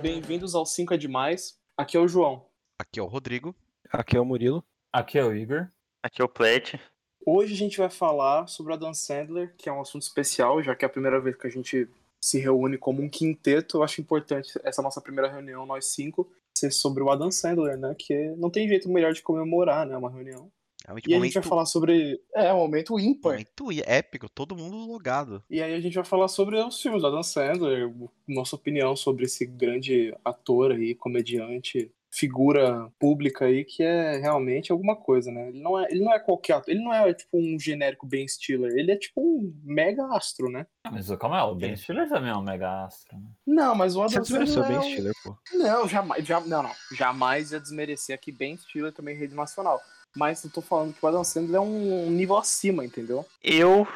Bem-vindos ao 5 é Demais. Aqui é o João. Aqui é o Rodrigo. Aqui é o Murilo. Aqui é o Igor. Aqui é o Plet. Hoje a gente vai falar sobre Adam Sandler, que é um assunto especial, já que é a primeira vez que a gente se reúne como um quinteto. Eu acho importante essa nossa primeira reunião, nós cinco, ser sobre o Adam Sandler, né? Que não tem jeito melhor de comemorar, né? Uma reunião. Realmente, E a gente vai falar sobre. É, um momento ímpar. momento épico, todo mundo logado. E aí a gente vai falar sobre os filmes do Adam Sandler, o- nossa opinião sobre esse grande ator aí, comediante, figura pública aí, que é realmente alguma coisa, né? Ele não é, ele não é qualquer ator, ele não é tipo um genérico Ben Stiller, ele é tipo um mega astro, né? Ah, mas calma aí, o Ben Stiller também é um mega astro. Né? Não, mas o Você Adam desmereceu Sandler o Ben é um- Stiller, pô. Não, jamais, já, não, não. Jamais ia desmerecer aqui Ben Stiller também rede nacional. Mas eu tô falando que o Adam Sandler é um nível acima, entendeu? Eu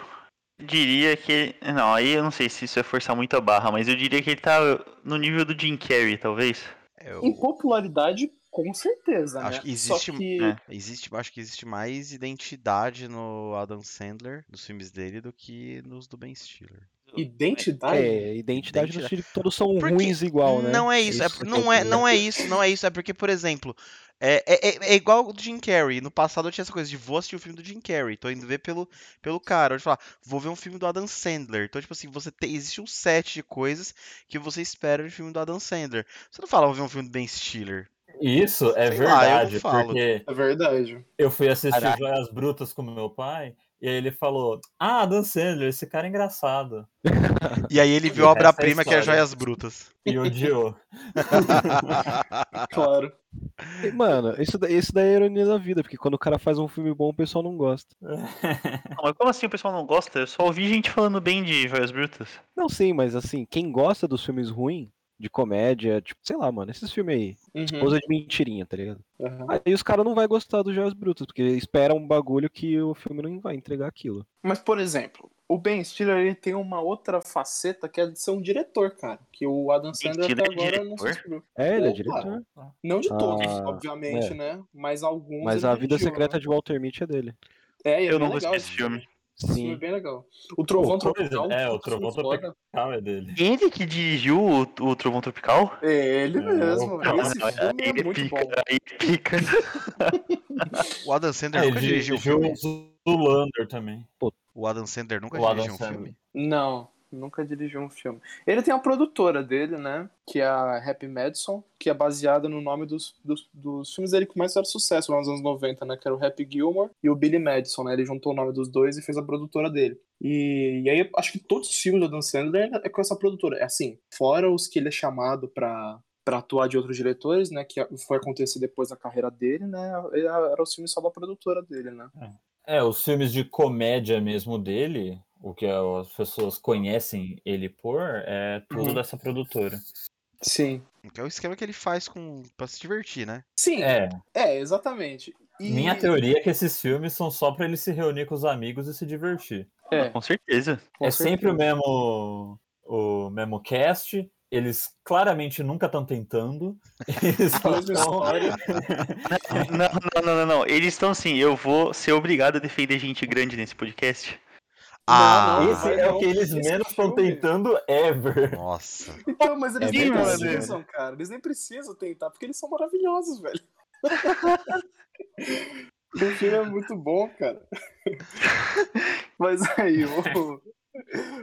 diria que. Não, aí eu não sei se isso é forçar muito a barra, mas eu diria que ele tá no nível do Jim Carrey, talvez. Eu- Em popularidade, com certeza, Acho né? que existe- Só que... é. existe, acho que existe mais identidade no Adam Sandler, nos filmes dele, do que nos do Ben Stiller. Identidade? É, identidade Identidade. no sentido que todos são Porque ruins igual, né? Não é isso, é por- que não, é, eu- não é isso, não é isso. É porque, por exemplo, é, é, é- é igual o do Jim Carrey. No passado eu tinha essa coisa de vou assistir o filme do Jim Carrey, tô indo ver pelo, pelo cara. Hoje eu falo, vou ver um filme do Adam Sandler. Então, tipo assim, você tem, existe um set de coisas que você espera de um filme do Adam Sandler. Você não fala, vou ver um filme do Ben Stiller. Isso é Sei lá, eu não verdade, falo. porque É verdade. eu fui assistir Caraca. Joias Brutas com meu pai e aí ele falou: Ah, Dan Sandler, esse cara é engraçado. E aí ele viu a Essa é a obra-prima que é história. Joias Brutas. E odiou. Claro. E, Mano, isso, da- isso daí é a ironia da vida, porque quando o cara faz um filme bom, o pessoal não gosta. Não, mas como assim o pessoal não gosta? Eu só ouvi gente falando bem de Joias Brutas. Não, sim, mas assim, quem gosta dos filmes ruins, de comédia, tipo, sei lá, mano, esses filmes aí, Uhum. Hum. coisa de mentirinha, tá ligado? Aham. Aí os caras não vai gostar dos Joias Brutas, porque espera um bagulho que o filme não vai entregar aquilo. Mas, por exemplo, o Ben Stiller ele tem uma outra faceta que é de ser um diretor, cara. Que o Adam Sandler até Stiller é agora não diretor? se descobriu. É, ele é Opa! diretor. Não de Ah, todos, obviamente, é. né? Mas um alguns. Mas ele a vida dirigiu, secreta né? de Walter Mitty é dele. É, e é Eu bem não legal gostei desse filme. Esse filme é Sim. bem legal. O Trovão O Coisa- Tropical. é, o outro filme Trovão Tropical. Ah, é dele. Ele que dirigiu o, o Trovão Tropical? É ele mesmo, Não, velho. Esse filme é ele muito pica, bom. ele pica. O Adam Sandler Ah, ele nunca dirigiu um dirigiu filme. o Zulander também. O Adam Sandler nunca O Adam dirigiu um Sandler. filme. Não, nunca dirigiu um filme. Ele tem a produtora dele, né? Que é a Happy Madison, que é baseada no nome dos, dos, dos filmes dele que mais fizeram sucesso lá nos anos 90, né? Que era o Happy Gilmore e o Billy Madison, né? Ele juntou o nome dos dois e fez a produtora dele. E, e aí, acho que todos os filmes do Adam Sandler é com essa produtora. É assim, fora os que ele é chamado pra, pra atuar de outros diretores, né? Que foi acontecer depois da carreira dele, né? Era, era os filmes só da produtora dele, né? É, os filmes de comédia mesmo dele, o que as pessoas conhecem ele por, é tudo Uhum. dessa produtora. Sim. Que é o esquema que ele faz com pra se divertir, né? Sim, é, É, exatamente. E- minha teoria é que esses filmes são só pra ele se reunir com os amigos e se divertir. É. Com certeza. Com é certeza. sempre o mesmo o mesmo cast. Eles claramente nunca estão tentando. Eles assim, só Mesma tão- história. Não, não, não, não, não. Eles estão assim, eu vou ser obrigado a defender gente grande nesse podcast. Não, não, Ah, Esse é o que eles Esse menos estão filme. tentando ever. nossa. Então, mas eles É nem verdade, precisam, cara. Eles nem precisam tentar, porque eles são maravilhosos, velho. o filme é muito bom, cara. mas aí, o,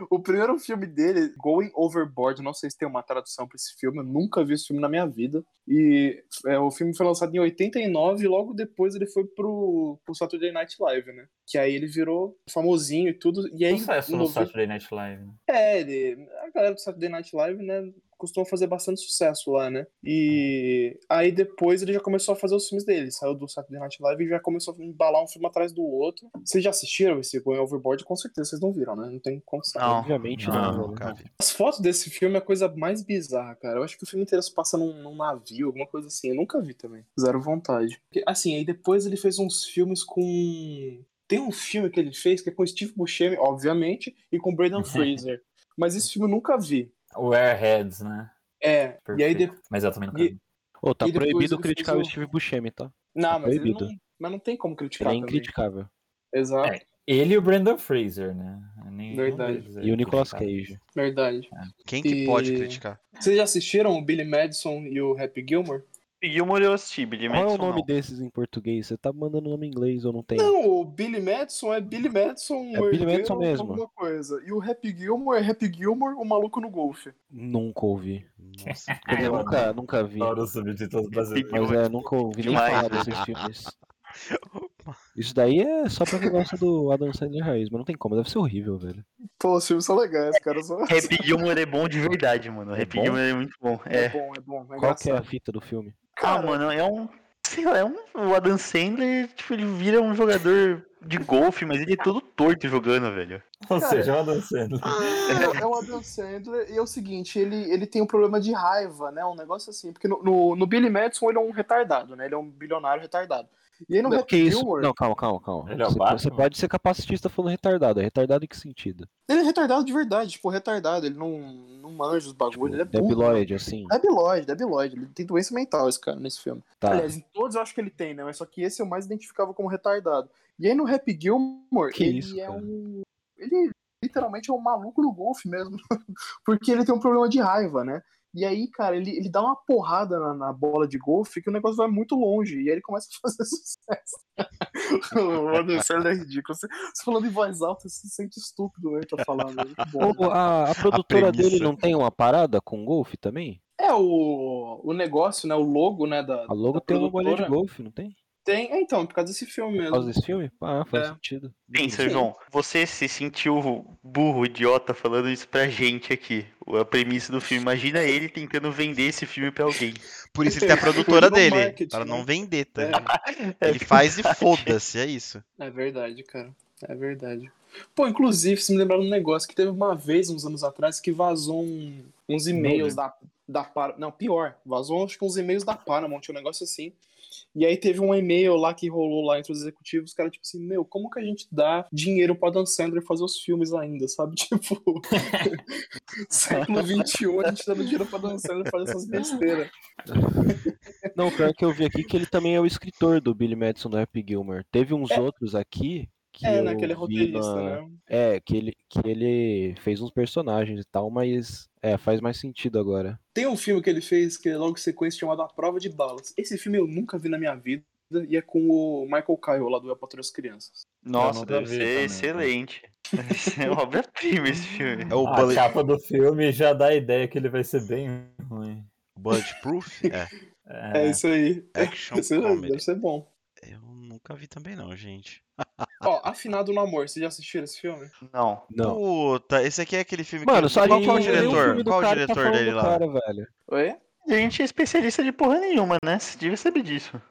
o primeiro filme dele, Going Overboard, não sei se tem uma tradução pra esse filme, eu nunca vi esse filme na minha vida. E é, o filme foi lançado em 89 e logo depois ele foi pro, pro Saturday Night Live, né? Que aí ele virou famosinho e tudo. E aí, Sucesso em no 90 Saturday Night Live. né? É, ele, a galera do Saturday Night Live, né, costuma fazer bastante sucesso lá, né? E aí depois ele já começou a fazer os filmes dele. Saiu do Saturday Night Live e já começou a embalar um filme atrás do outro. Vocês já assistiram esse Going Overboard? Com certeza vocês não viram, né? Não tem como saber. Não. Obviamente não, não. né? Nunca vi. As fotos desse filme é a coisa mais bizarra, cara. Eu acho que o filme inteiro se passa num, num navio, alguma coisa assim. Eu nunca vi também. Zero vontade. Porque, Assim, aí depois ele fez uns filmes com. Tem um filme que ele fez que é com Steve Buscemi, obviamente, e com Brandon Fraser. Mas esse filme eu nunca vi. O Airheads, né? É, e aí Perfeito. depois. Mas eu também não e- quero. Ô, tá E depois proibido ele fez criticar o- o Steve Buscemi, tá? Não, mas ele proibido. não. Mas não tem como criticar Ele é também. incriticável. Exato. É. Ele e o Brandon Fraser, né? Nem- nenhum Verdade. deles é E o Nicolas criticado. Cage. Verdade. Quem que E- pode criticar? Vocês já assistiram o Billy Madison e o Happy Gilmore? Gilmore eu assisti, Billy Qual é o Madison nome não. desses em português? Você tá mandando nome em inglês ou não tem? Não, o Billy Madison é Billy Madison, um É Billy herdeiro, Madson mesmo. alguma coisa. E o Happy Gilmore é Happy Gilmore, o maluco no golfe. Nunca ouvi. Nossa. Quer é dizer, eu nunca, nunca vi. Adoro os subtítulos brasileiros. Mas é, nunca ouvi nem Demais, falar desses filmes. Isso daí é só pra quem gosta do Adam Sandler raiz, mas não tem como, deve ser horrível, velho. Pô, os filmes são legais, cara. Só... Happy Gilmore é bom de verdade, mano. É Happy bom? Gilmore é muito bom. É. É. bom, é bom. É Qual que é a engraçado. fita do filme? Ah, mano, é um. Sei lá, é um. O Adam Sandler, tipo, ele vira um jogador de golfe, mas ele é todo torto jogando, velho. Ou Cara. seja, o Adam Sandler. É, é o Adam Sandler e é o seguinte, ele, ele tem um problema de raiva, né? Um negócio assim. Porque no, no, no Billy Madison ele é um retardado, né? Ele é um bilionário retardado. E aí no Não, Happy que isso? Gilmore, Não, calma, calma, calma. Ele é o Você, Batman? você pode ser capacitista falando retardado. É retardado em que sentido? ele é retardado de verdade, tipo, retardado. Ele não, não manja os Tipo, bagulhos, ele é burro. debiloide, assim. Debiloide, debiloide. Ele tem doença mental, esse cara, nesse filme. Tá. Aliás, em todos eu acho que ele tem, né? Mas só que esse eu mais identificava como retardado. E aí no Happy Gilmore, Que ele isso, é cara. um. Ele literalmente é um maluco no golfe mesmo. porque ele tem um problema de raiva, né? E aí, cara, ele, ele dá uma porrada na, na bola de golfe que o negócio vai muito longe. E aí ele começa a fazer sucesso. o Adam Sandler é ridículo. Você, você falando em voz alta, você se sente estúpido, né? Pra falar. né? Muito bom. Ô, a, a produtora premissa. dele não tem uma parada com golfe também? É o, o negócio, né? O logo, né? Da, A logo da tem uma bolinha de produtora. golfe, não tem? Tem, é, então, por causa desse filme Por mesmo. causa desse filme? Ah, faz É. sentido. Pensa, Sim. João, você se sentiu burro, idiota, falando isso pra gente aqui. A premissa do filme. Imagina ele tentando vender esse filme pra alguém. Por isso ele tem a produtora Tudo no dele, é um marketing, para não né? vender, tá? É. ligado? Ele faz e foda-se, é isso. É verdade, cara. É verdade. Pô, inclusive, se me lembrar um negócio que teve uma vez, uns anos atrás, que vazou um- uns e-mails da, da Paramount. Não, pior, vazou acho que uns e-mails da Paramount, um negócio assim. E aí teve um e-mail lá que rolou lá entre os executivos, os caras, tipo assim, meu, como que a gente dá dinheiro pra Dan Sandler fazer os filmes ainda, sabe? Tipo, século XXI, a gente dando dinheiro pra Dan Sandler fazer essas besteiras. Não, pior é que eu vi aqui que ele também é o escritor do Billy Madison do Happy Gilmore. Teve uns outros aqui que É, eu né? Que ele é vi roteirista, na- né? É, que ele, que ele fez uns personagens e tal, mas é, faz mais sentido agora. Tem um filme que ele fez que é logo em sequência chamado A Prova de Balas. Esse filme eu nunca vi na minha vida e é com o Michael Caio lá do Eu Patrulho as Crianças. Nossa, não deve vi ser também, excelente. Deve ser uma obra-prima esse filme. É o Ah, A bullet, capa do filme já dá a ideia que ele vai ser bem ruim. Bulletproof? É. É, isso aí. Action Esse é, deve Comedy. ser bom. Eu nunca vi também não, gente. Ó, Afinado no Amor, vocês já assistiram esse filme? Não. Não. Puta, esse aqui é aquele filme Mano, que... só qual, de- qual o eu vi filme diretor? do Qual o cara e tá diretor falando dele do lá? Cara, velho. Oi? A gente é especialista de porra nenhuma, né? Você devia saber disso.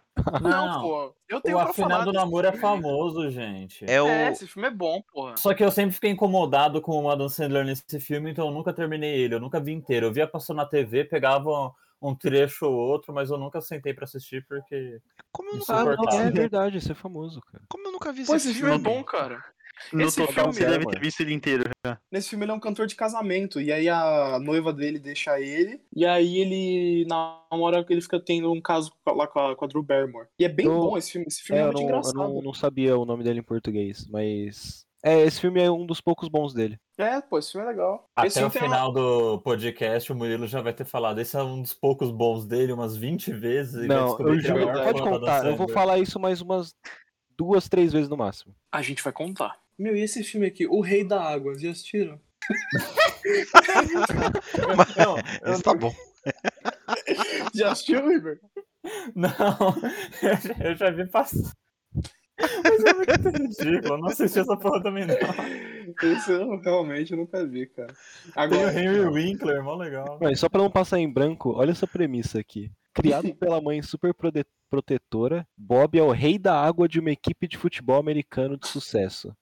Não, Não. pô. Eu tenho O pra falar. Afinado desse Namoro é filme. famoso, gente. É o... É, esse filme é bom, porra. Só que eu sempre fiquei incomodado com o Adam Sandler nesse filme, então eu nunca terminei ele, eu nunca vi inteiro. Eu via passando na TV, pegava um, um trecho ou outro, mas eu nunca sentei pra assistir porque. Como, eu Ah, nunca... não, é Insuportável. verdade, esse é famoso, cara. Como eu nunca vi esse Pô, esse filme é filme? bom, cara. No Esse total, filme- você deve Mano. ter visto ele inteiro. Nesse filme ele é um cantor de casamento, e aí a noiva dele deixa ele, e aí ele namora, ele fica tendo um caso lá com a, com a Drew Barrymore. E é bem Eu- bom esse filme, esse filme É, é, eu muito não, eu engraçado. não- não sabia o nome dele em português, mas. É, esse filme é um dos poucos bons dele. É, pô, esse filme é legal. esse filme Até o tem uma- final do podcast, o Murilo já vai ter falado. Esse é um dos poucos bons dele, umas 20 vezes. e vai não, descobrir eu que é o juro, maior pode fã do Adam contar. Eu vou Sandler. falar isso mais umas duas, três vezes no máximo. A gente vai contar. Meu, e esse filme aqui, O Rei da Água, vocês já assistiram? Não, Esse tá bom. Já assistiu, Igor? não, eu já vi passar. Mas é muito ridículo, eu não assisti essa porra também não. Esse eu realmente nunca vi, cara. Tem o Agora, Henry Winkler, mó legal. Mas só pra não passar em branco, olha essa premissa aqui. Criado pela mãe super prode- protetora, Bob é o rei da água de uma equipe de futebol americano de sucesso.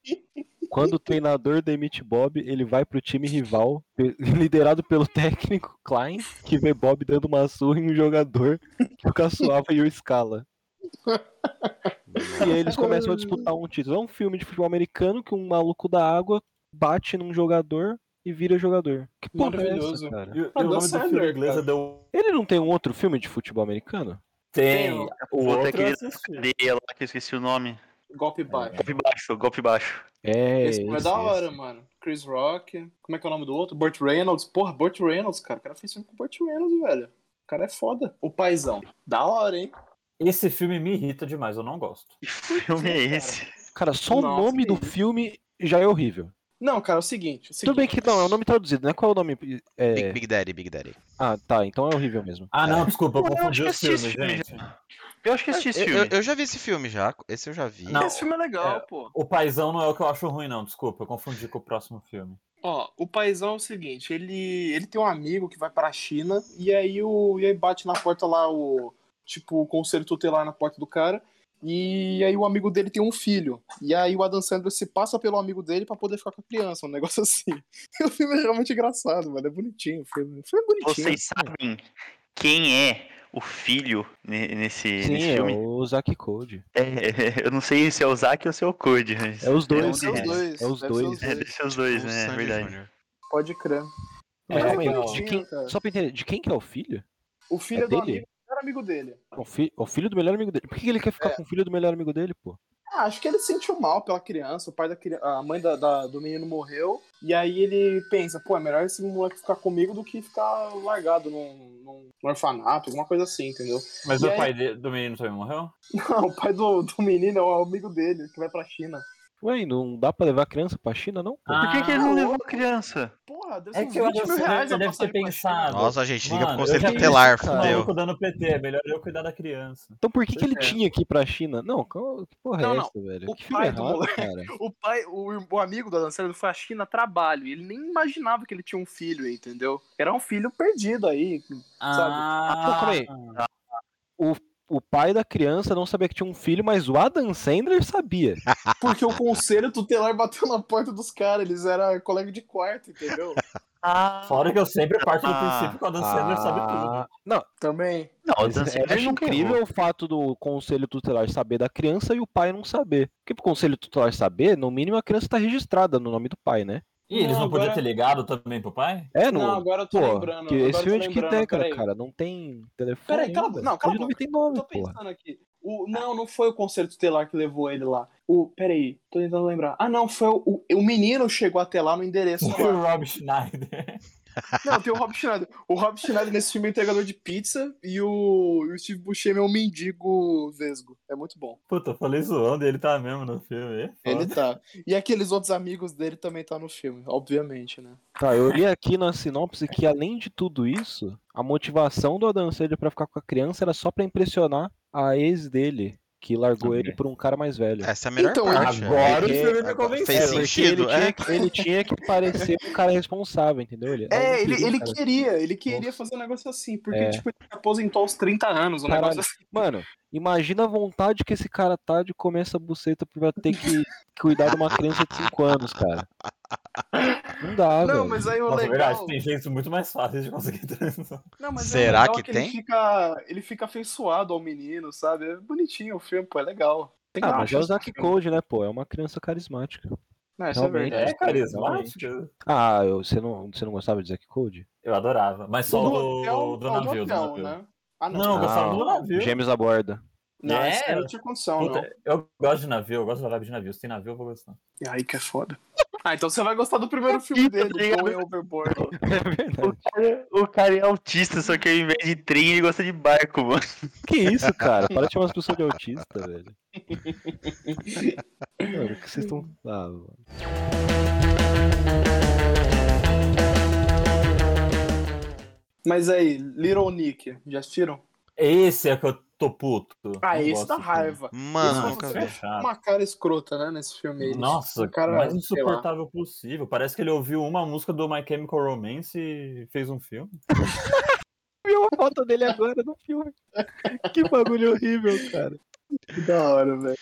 Quando o treinador demite Bob, ele vai pro time rival, pe- liderado pelo técnico Klein, que vê Bob dando uma surra em um jogador que o caçoava e o escala. E aí eles começam a disputar um título. É um filme de futebol americano que um maluco da água bate num jogador e vira jogador. Que porra é essa, Maravilhoso. cara? E, o- e Adam o nome do filme Sandler, em inglês é The Ele não tem um outro filme de futebol americano? Tem. Tem, O Puta, outro aquele eu da assisti. cadeia lá que eu esqueci o nome. Golpe baixo. Golpe baixo, golpe baixo. É, Esse filme é da hora, mano. Chris Rock. Como é que é o nome do outro? Burt Reynolds. Porra, Burt Reynolds, cara. O cara fez filme com o Burt Reynolds, velho. O cara é foda. O paizão. Da hora, hein? Esse filme me irrita demais, eu não gosto. Que filme é esse? Cara, só Nossa, o nome do isso. filme já é horrível. Não, cara, é o seguinte. o Tudo bem seguinte. que não, é o nome traduzido, né? Qual é o nome? é, Big, Big Daddy, Big Daddy. Ah, tá, então é horrível mesmo. Ah, não, desculpa, eu Eu confundi acho que os assisti filmes, esse filme gente. Eu acho que assisti esse Eu, filme. eu- eu já vi esse filme já. Esse eu já vi. Não. Esse filme é legal, pô. O Paizão não é o que eu acho ruim, não, desculpa, eu confundi com o próximo filme. Ó, o paizão é o seguinte, ele, ele tem um amigo que vai pra China e aí o e aí bate na porta lá o tipo o conselho tutelar na porta do cara e aí o amigo dele tem um filho e aí o Adam Sandler se passa pelo amigo dele pra poder ficar com a criança, um negócio assim. o filme é realmente engraçado, mano, é bonitinho, o filme, o filme é bonitinho. Vocês sabem quem é o filho ne- nesse, nesse Sim, é filme? o Zack Code. É, eu não sei se é o Zack ou se é o Cody. mas- É os É um dois. deles. É os deve ser dois. Tipo, É, deve ser os dois, O né? É Sandy verdade. Jr. Pode crer. É, Mas calma aí, legal. de quem- Cara. Só pra entender, de quem que é o filho? O filho É é do dele? amigo, era amigo dele. O, fi- o filho do melhor amigo dele. Por que que ele quer ficar É. com o filho do melhor amigo dele, pô? Ah, acho que ele se sentiu mal pela criança, o pai da criança, a mãe da- da- do menino morreu, e aí ele pensa, pô, é melhor esse moleque ficar comigo do que ficar largado num, num- num orfanato, alguma coisa assim, entendeu? Mas E o aí- pai de- do menino também morreu? Não, o pai do, do menino é o amigo dele, que vai pra China. Ué, e não dá pra levar a criança pra China, não? pô? Por que, que ele não Ah, levou a louco. criança? Porra, deu É uns que o 20 mil Adam reais Sandler a deve ter passagem pra China. pensado. Nossa, gente, liga pro Mano, conselho Ah, eu já vi tutelar, isso, O cara. fudeu. maluco dando PT, é melhor eu cuidar da criança. Então por que, que ele Pois é. tinha que ir pra China? Não, qual- que porra Não, é não. essa, velho? O que filme pai do errado, moleque. cara. O pai, o, irm- o amigo do Adam Sandler foi à China a trabalho, e ele nem imaginava que ele tinha um filho, entendeu? Era um filho perdido aí. Ah, pô, Ah, calma O pai da criança não sabia que tinha um filho, mas o Adam Sandler sabia. Porque o conselho tutelar bateu na porta dos caras, eles eram colega de quarto, entendeu? Ah, fora que eu sempre parto do Ah. princípio que o Adam Sandler sabe tudo. Ah, Não, Também. não, o mas Dan eu Sandler acho nunca É incrível errou. o fato do conselho tutelar saber da criança e o pai não saber. Porque pro conselho tutelar saber, no mínimo a criança tá registrada no nome do pai, né? E eles Não, não, podiam agora- ter ligado também pro pai? É, Não, no. agora eu tô Pô, lembrando. que agora esse eu tô filme é de que lembrando, década, peraí. cara? Não tem telefone. Peraí, cala- ainda. É não, cala a Hoje não boca. tem nome, Tô porra. pensando aqui. O, não, não foi o conselho tutelar que levou ele lá. O, peraí, tô tentando lembrar. Ah, não, foi o, o, o menino chegou até lá no endereço. Foi o Rob Schneider. não, tem o Rob Schneider. O Rob Schneider nesse filme é entregador de pizza e o, e o Steve Buscemi é um mendigo vesgo. É muito bom. Puta, eu falei zoando e ele tá mesmo no filme. é Ele foda. tá. E aqueles outros amigos dele também tá no filme, obviamente, né? Tá, eu li aqui na sinopse que além de tudo isso, a motivação do Adam Sandler pra ficar com a criança era só pra impressionar a ex dele, que largou ele por um cara mais velho. Essa Uhum. é a melhor Então, parte. agora é. o filme me Agora- convenceu. Fez É, porque sentido, ele, é? tinha, que- ele tinha que parecer um cara responsável, entendeu? Ele, É, ele, queria, ele cara. queria, ele queria Nossa. fazer um negócio assim, porque, É. tipo, ele se aposentou aos 30 anos, um Caralho. negócio assim. Mano, imagina a vontade que esse cara tá de comer essa buceta pra ter que cuidar de uma criança de 5 anos, cara. Não dá, Não, velho. mas aí o Nossa, é verdade, legal. tem jeitos muito mais fáceis de conseguir transar. Não, mas aí o Será legal é que Ele tem? fica, ele fica afeiçoado ao menino, sabe? É bonitinho o filme, pô, é legal. Tem Ah, uma mas é o chance Zack de filme. Code, né, pô? É uma criança carismática. Não, isso Realmente. é verdade. É Realmente. carismático. Ah, eu- você, não, você não gostava de Zack Code? Eu adorava. Mas só Do do, hotel do ao navio. Do motel, navio. é né? Ah, não. Não, eu Não, gostava do navio. Gêmeos à borda. não É. esse aí não tinha condição, Puta, não. eu gosto de navio, eu gosto da vibe de navio. Se tem navio, eu vou gostar. E aí que é foda. Ah, então você vai gostar do primeiro filme Tá dele, ligado? Going Overboard. É verdade. O cara, o cara é autista, só que ao invés de trem, ele gosta de barco, mano. Que isso, cara? Para de chamar as pessoas de autista, velho. Mano, o que vocês estão. Ah, mano. Mas aí, Little Nick, já assistiram? Esse é que eu tô puto. Ah, Não esse gosto dá do raiva. filme. Mano, Esse nunca é Nossa, vi. é chato. Uma cara escrota, né, nesse filme. aí. Nossa, um O cara, mais sei lá. insuportável possível. Parece que ele ouviu uma música do My Chemical Romance e fez um filme. Viu a foto dele agora no filme. Que bagulho horrível, cara. Que da hora, velho.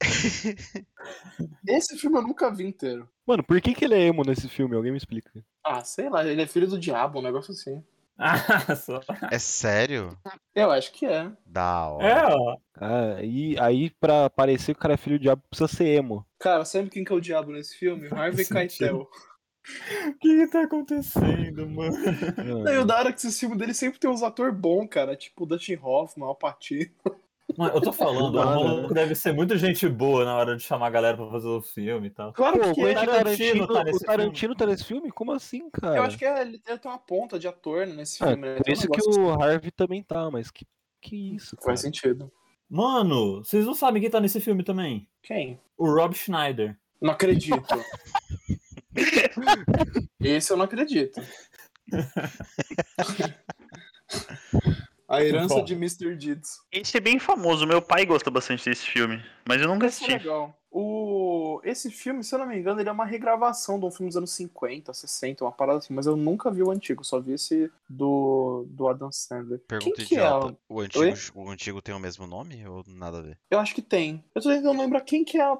Esse filme eu nunca vi inteiro. Mano, por que, que ele é emo nesse filme? Alguém me explica. Ah, sei lá, ele é filho do diabo, um negócio assim. Ah, só. É sério? Eu acho que é. Da hora. É, ó. Ah, e aí, pra parecer que o cara é filho do diabo, precisa ser emo. Cara, sabe quem que é o diabo nesse filme? Harvey Keitel. sentido. O que que tá acontecendo, mano? é Não, e o da hora é que esse filme dele sempre tem uns atores bons, cara. Tipo o Dustin Hoffman, Al Pacino. Mano, eu tô falando, o Mano. maluco deve ser muito gente boa na hora de chamar a galera pra fazer o filme e tal. Claro Pô, o que é. Quentin Tarantino, Tarantino tá nesse o Tarantino tá nesse filme? Como assim, cara? Eu acho que é, ele ele tem uma ponta de ator nesse Ah, filme. né? Por Tem um isso que negócio o Harvey também tá, mas que, que isso, assim. Faz cara? sentido. Mano, vocês não sabem quem tá nesse filme também? Quem? O Rob Schneider. Não acredito. Esse eu não acredito. A herança Bom. de Mr. Deeds. Esse é bem famoso, meu pai gosta bastante desse filme, mas eu nunca Esse é assisti. legal. O... Esse filme, se eu não me engano, ele é uma regravação de um filme dos anos 50, 60, uma parada assim, mas eu nunca vi o antigo, só vi esse do, do Adam Sandler. Pergunta Quem que é? idiota. O, antigo, Oi? o antigo tem o mesmo nome ou nada a ver? Eu acho que tem. Eu tô tentando lembrar quem que é a-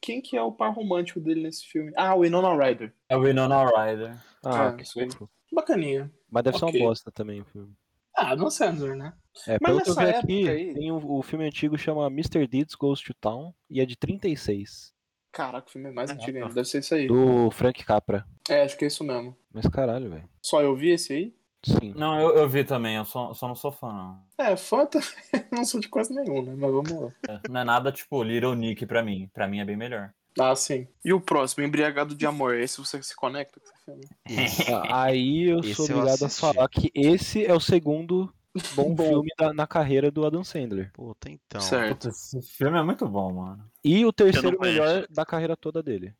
quem que é o par romântico dele nesse filme. Ah, o Winona Ryder. É o Winona Ryder. Ah, Ah, que isso aí. fofo. Bacaninha. Mas deve ser Ok. uma bosta também o filme. Ah, Adam Sandler, né? É, Mas pelo que eu vi nessa aqui, época aí- tem um, o, o filme antigo chama Mr. Deeds Goes to Town e é de 36, Caraca, o filme é mais Ah, antigo tá. ainda. Deve ser isso aí. do Frank Capra. É, acho que é isso mesmo. Mas caralho, velho. Só eu vi esse aí? Sim. Não, eu, eu vi também, eu só, só não sou fã, não. É, fã também. não sou de quase nenhum, né? Mas vamos lá. É, Não é nada tipo Little Nick pra mim. Pra mim é bem melhor. Ah, sim. E o próximo, Embriagado de Amor. Esse você se conecta com esse filme? Ah, Aí eu Esse sou eu obrigado a assisti. falar que esse é o segundo bom Bom. filme da- na carreira do Adam Sandler. Puta, então. Certo. Puta, esse filme é muito bom, mano. E o terceiro conheço. melhor da carreira toda dele.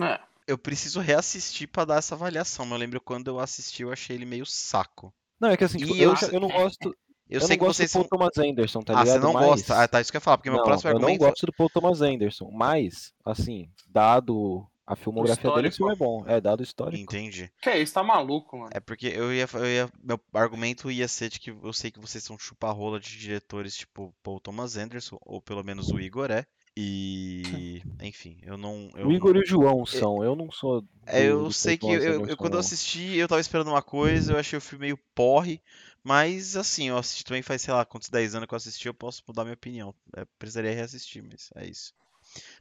É. Eu preciso reassistir pra dar essa avaliação. mas Eu lembro quando eu assisti, eu achei ele meio saco. Não, é que assim, tipo, E eu, eu- já- eu não gosto. Eu, Eu, sei não que gosto vocês do Paul são. Thomas Anderson, tá ah, ligado? você não Mas- gosta? Ah, tá. Isso que eu ia falar, porque meu Não, próximo eu não argumento. é gosto do Paul Thomas Anderson, mas, assim, dado a filmografia histórico. dele, esse filme é bom. É, dado o histórico. Entendi. Que é isso? Tá maluco, mano. É porque eu ia, eu ia. Meu argumento ia ser de que eu sei que vocês são chupa-rola de diretores tipo Paul Thomas Anderson, ou pelo menos o Igor é. E. Enfim, eu não. Eu o Igor não... e o João são, eu não sou. do- É, do eu Paul sei que Thomas eu- eu- Anderson, quando eu não. assisti, eu tava esperando uma coisa, eu achei o filme meio porre, mas assim, eu assisti também faz, sei lá, quantos 10 anos que eu assisti, eu posso mudar minha opinião. É, precisaria reassistir, mas é isso.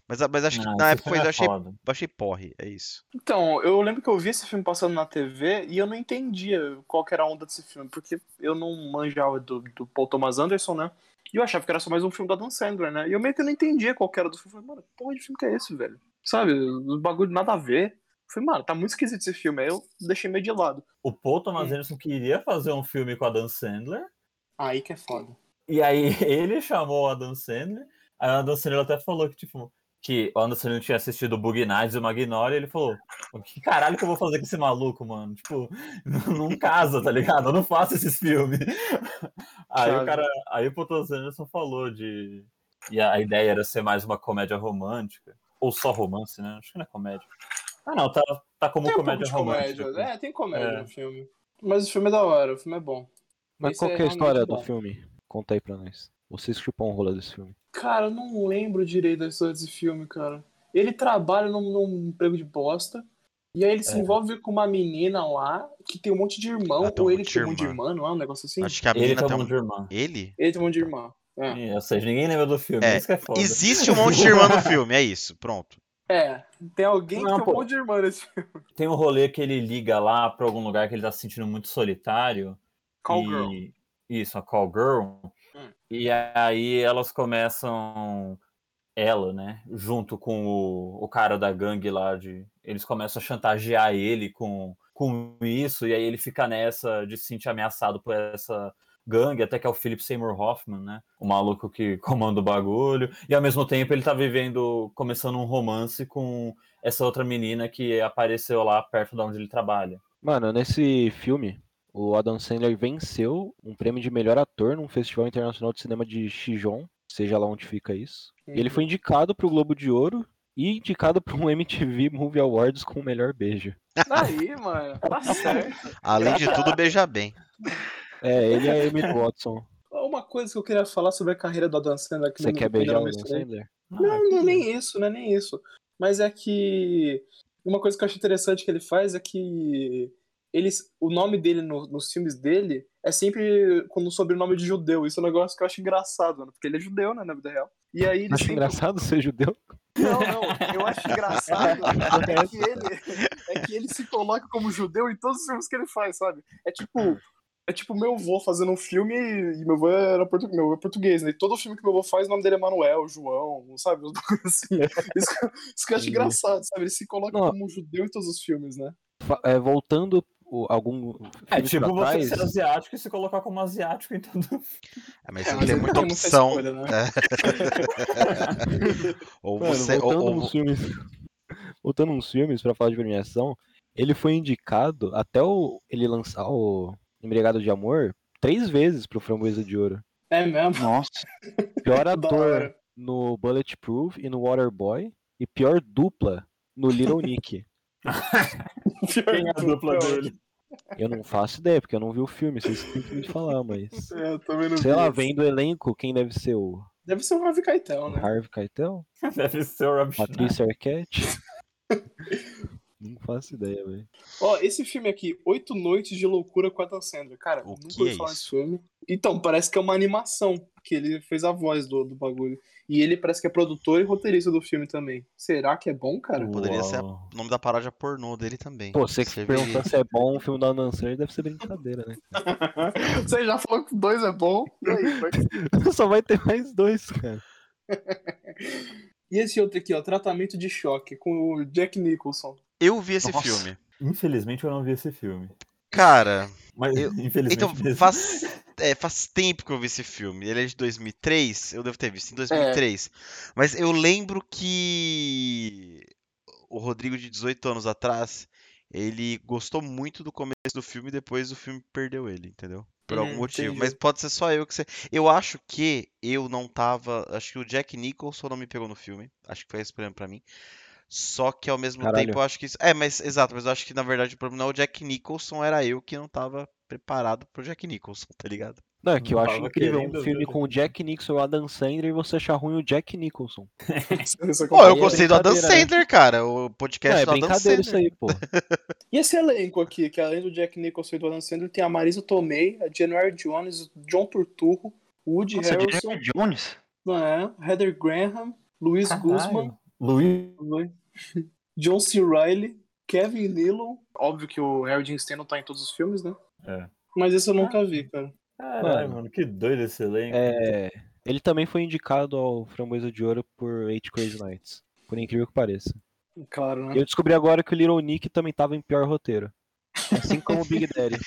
Mas, a- mas acho que Não, na esse época filme eu é achei, foda. achei porre, é isso. Então, eu lembro que eu vi esse filme passando na TV e eu não entendia qual que era a onda desse filme, porque eu não manjava do, do Paul Thomas Anderson, né? E eu achava que era só mais um filme da Dan Sandler, né? E eu meio que não entendia qual que era do filme. Eu Falei, mano, que porra de filme que é esse, velho? Sabe? Os bagulho nada a ver. Eu Falei, mano, tá muito esquisito esse filme. Aí eu deixei meio de lado. O Paul Thomas Hum. Anderson queria fazer um filme com a Dan Sandler. Aí que é foda. E aí ele chamou o Adam Sandler. Aí o Adam Sandler até falou que, tipo, que o Adam Sandler tinha assistido o Bug Nights e o Magnolia. E ele falou: "O Que caralho que eu vou fazer com esse maluco, mano? Tipo, não não casa, tá ligado? Eu não faço esses filmes. Aí Sabe. o cara. Aí o Paul Thomas Anderson falou de. E a a ideia era ser mais uma comédia romântica. Ou só romance, né? Acho que não é comédia. Ah, não, tá, tá como Tem um pouco comédia de romântica. comédia. É, tem comédia É. no filme. Mas o filme é da hora, o filme é bom. Mas Esse qual é que é a história realmente do bom. filme? Conta aí pra nós. Vocês chupam rola desse filme. Cara, eu não lembro direito da história desse filme, cara. Ele trabalha num, num emprego de bosta. E aí ele se É. envolve com uma menina lá que tem um monte de irmão. Ah, tem um ou ele monte de tem um monte de irmã. irmã, não é um negócio assim? Acho que a Ele menina tá tem um um... de irmã. Ele? Ele tem um monte de irmã. É. Ou seja, ninguém lembra do filme. É, Isso que é foda. Existe um monte de irmã no filme, é isso, pronto. É, tem alguém que Não, tem pô. um monte de irmã nesse filme. Tem um rolê que ele liga lá pra algum lugar que ele tá se sentindo muito solitário. Call e- Girl. Isso, a Call Girl. Hum. E aí elas começam. Ela, né? Junto com o, o cara da gangue lá de. Eles começam a chantagear ele com, com isso, e aí ele fica nessa de se sentir ameaçado por essa gangue, até que é o Philip Seymour Hoffman, né? O maluco que comanda o bagulho. E ao mesmo tempo ele tá vivendo, começando um romance com essa outra menina que apareceu lá perto de onde ele trabalha. Mano, nesse filme, o Adam Sandler venceu um prêmio de melhor ator num Festival Internacional de Cinema de Shijon, seja lá onde fica isso. E Uhum. ele foi indicado pro Globo de Ouro e indicado para um MTV Movie Awards com o melhor beijo. Aí, mano, tá certo. Além de tudo, beija bem. É, ele é Emmett Watson. Uma coisa que eu queria falar sobre a carreira do Adam Sandler que Você não- quer que eu beijar não o Adam mencionei. Sandler? Não, não é nem isso, não é nem isso. Mas é que uma coisa que eu acho interessante que ele faz é que eles, o nome dele no- nos filmes dele é sempre com o sobrenome de judeu. Isso é um negócio que eu acho engraçado, mano, porque ele é judeu, né, na vida real. E aí ele Acho sempre... engraçado ser judeu. Não, não, eu acho engraçado é que, ele, é que ele se coloca como judeu em todos os filmes que ele faz, sabe? É tipo, É tipo meu avô fazendo um filme e meu avô era portu- meu avô é português, né? E todo filme que meu avô faz, o nome dele é Manuel, João, sabe? Uns bagulho assim. Isso, que- isso que eu acho Sim. engraçado, sabe? Ele se coloca Não. como um judeu em todos os filmes, né? Fa- é, voltando o- algum. É filmes tipo pra você trás, ser asiático e se colocar como asiático, então. É, mas É, você não mas tem ele muita tem muita opção. escolha, né? Ou Mano, você. Ou, voltando, ou- nos filmes, voltando nos filmes pra falar de premiação, ele foi indicado até o, ele lançar o Embriagado de Amor três vezes pro Framboesa de Ouro. É mesmo? Nossa. Pior Da ator hora. no Bulletproof e no Waterboy e pior dupla no Little Nick. Pior Quem é a dupla dele? Eu não faço ideia, porque eu não vi o filme, vocês têm que me falar, mas... É, eu também não Sei vi. lá, vem do elenco, quem deve ser o Deve ser o Harvey Keitel, né? Harvey Keitel? Deve ser o Rob Schneider. Patrícia Arquette? Não faço ideia, velho. Ó, esse filme aqui, Oito Noites de Loucura com Adam Sandler. Cara, O nunca que ouvi é falar isso? desse filme. Então, parece que é uma animação, que ele fez a voz do, do bagulho. E ele parece que é produtor e roteirista do filme também. Será que é bom, cara? Poderia ser a- Uau. o nome da paródia pornô dele também. Pô, você que Serviria. perguntar se é bom o filme do Adam Sandler deve ser brincadeira, né? Você já falou que dois é bom. E, aí, vai- Só vai ter mais dois, cara. E esse outro aqui, ó, Tratamento de Choque, com o Jack Nicholson. Eu vi esse Nossa. filme. Infelizmente eu não vi esse filme. Cara, Mas Eu- infelizmente. então mesmo. faz, é, faz tempo que eu vi esse filme. Ele é de 2003, eu devo ter visto em 2003. Mas eu lembro que o Rodrigo de 18 anos atrás, ele gostou muito do começo do filme e depois o filme perdeu ele, entendeu? Por algum Hum, motivo. entendi. Mas pode ser só eu que você. Eu acho que eu não tava. Acho que o Jack Nicholson não me pegou no filme. Acho que foi esse problema pra mim. Só que ao mesmo Caralho. tempo eu acho que isso. É, mas exato, mas eu acho que na verdade o problema não é o Jack Nicholson, era eu que não tava preparado pro Jack Nicholson, tá ligado? Não, é que eu Não acho tava incrível um querendo, filme né? com o Jack Nicholson e o Adam Sandler e você achar ruim o Jack Nicholson. Essa Pô, eu é gostei do Adam brincadeira, né? Sandler, cara. O Não, podcast é do Adam brincadeira isso Sandler. aí, pô. E esse elenco aqui, que além do Jack Nicholson e do Adam Sandler, tem a Marisa Tomei, a January Jones, o John Turturro, o Woody Nossa, Harrelson, Jeremy Jones? né, Heather Graham, Luiz Caralho. Guzman, Ah, tá, Luiz. né, John C. Reilly, Kevin Nealon. Óbvio que o Harry Dean Stanton tá em todos os filmes, né? É. Mas esse eu Ah. nunca vi, cara. Caralho, mano, que doido esse elenco. É, ele também foi indicado ao Framboesa de Ouro por Eight Crazy Nights. Por incrível que pareça. Claro, E né? eu descobri agora que o Little Nick também tava em pior roteiro. Assim como o Big Daddy.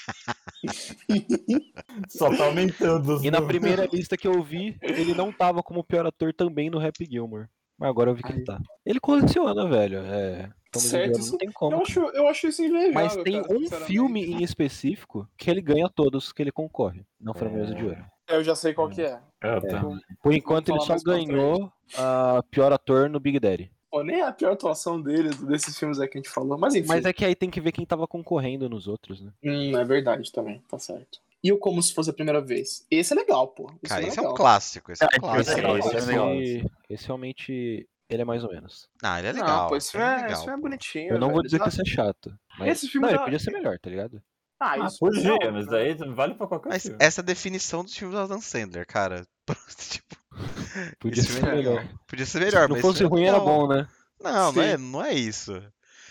Só tá aumentando os E na números. primeira lista que eu vi, ele não tava como pior ator também no Rap Gilmore. Mas agora eu vi que ele tá. Ele coleciona, velho. É. Framboesa de Certo, Ouro, isso- não tem como. Eu cara. acho, eu acho isso invejável. Mas tem cara, um sinceramente. filme em específico que ele ganha todos que ele concorre. Não Framboesa de Ouro. Eu já sei qual que é. Ah, tá. Por enquanto ele Vamos só falar mais pra ganhou a pior ator no Big Daddy. Pô, nem é a pior atuação dele, desses filmes aí que a gente falou. Mas enfim. Mas é que aí tem que ver quem tava concorrendo nos outros, né? Hum, é verdade também, tá certo. E o Como Se Fosse a Primeira Vez. Esse é legal, pô. Esse Cara, é esse é legal. um clássico. Esse é um então Ah, clássico. esse é legal, esse é legal. esse realmente ele é mais ou menos. Não, ele é legal. Não, pô, esse ele filme, é, legal, esse filme é pô. bonitinho. tá- Eu não vou velho. dizer que Já- esse é chato. Mas... Esse filme não, ele dá- podia ser melhor, tá ligado? Ah, Ah, isso podia, não, mas né? daí vale pra qualquer Mas filme. essa é a definição dos filmes do Adam Sandler, cara. Tipo, Podia esse ser filme é melhor. podia ser melhor, Se não mas. é fosse ruim, era não. bom, né? Não, não é, não é isso.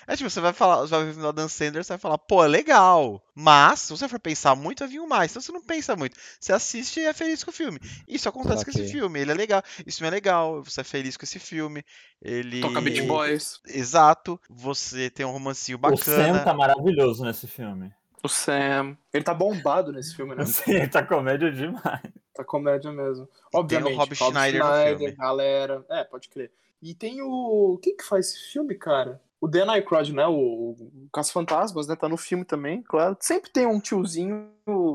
É tipo, você vai falar, você vai ver o filme do Adam Sandler, você vai falar, pô, é legal. Mas, se você for pensar muito, vai vir um mais. Então você não pensa muito. Você assiste e é feliz com o filme. Isso acontece com esse Saquei. filme, ele é legal. Isso não é legal, você é feliz com esse filme. Ele. Toca Beat Boys, Exato. Você tem um romancinho O Sam bacana. tá maravilhoso nesse filme. o Sam. Ele tá bombado nesse filme, né? Assim, tá comédia demais. Tá comédia mesmo. o Obviamente. Rob Schneider no filme. galera. É, pode crer. E tem o. Quem que faz esse filme, cara? O Dan Aykroyd, né? O, o Caça-Fantasmas, né? Tá no filme também, claro. Sempre tem um tiozinho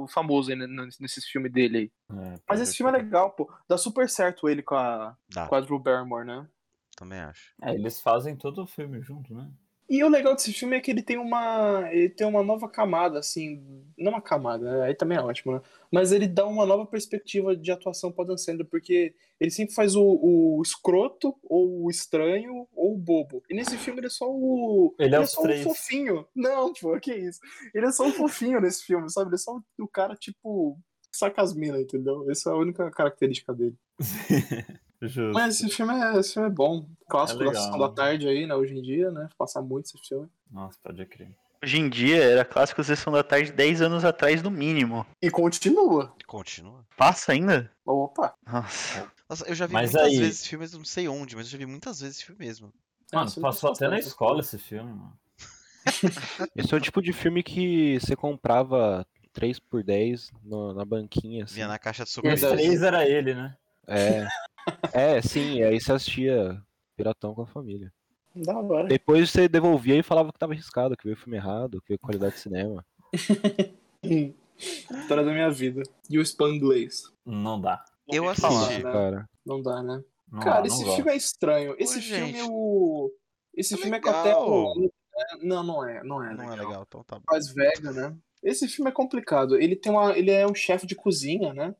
famoso aí né, nesses filmes dele aí. Mas esse filme é legal, pô. Dá super certo ele com a, Dá. com a Drew Barrymore, né? Também acho. É, eles fazem todo o filme junto, né? E o legal desse filme é que ele tem uma. Ele tem uma nova camada, assim. Não uma camada, né? aí também é ótimo, né? Mas ele dá uma nova perspectiva de atuação pra Dan Sandler, porque ele sempre faz o, o escroto, ou o estranho, ou o bobo. E nesse filme ele é só o. Ele é os só três. um fofinho. Não, pô, que isso. Ele é só um fofinho nesse filme, sabe? Ele é só o cara, tipo. que Saca as minas, entendeu? Essa é a única característica dele. Justo. Mas esse filme é, esse filme é bom. Clássico da legal. sessão da tarde aí, né? Hoje em dia, né? Passar né? muito esse filme. Nossa, pode crer. Hoje em dia era clássico Sessão da Tarde 10 anos atrás, no mínimo. E continua. Continua. Passa ainda? Opa. Nossa. Nossa, eu já vi Mas muitas aí- vezes esse filme, mas não sei onde, mas eu já vi muitas vezes esse filme mesmo. Mano, Isso passou não até na faz escola esse filme, mano. Esse é o tipo de filme que você comprava 3 por 10 no- na banquinha, assim. Vinha na caixa de Os Verdade. surpresa. três era ele, né? É. É, sim, aí você assistia Piratão com a família. Da hora. Depois você devolvia e falava que tava arriscado, que veio filme errado, que veio qualidade de cinema. Hum. História da minha vida. E o Spanglês. Não dá. Eu Ouvi falar. assisti. Sim. Cara, Não dá, né? Não Cara, dá, esse não gosto. filme é estranho. Esse Ô, filme gente. o. Esse É filme é legal. com até. o- Não, não é. Não é Não é legal, então tá bom. Las Vegas, né? Esse filme é complicado. Ele tem uma, ele é um chefe de cozinha, né?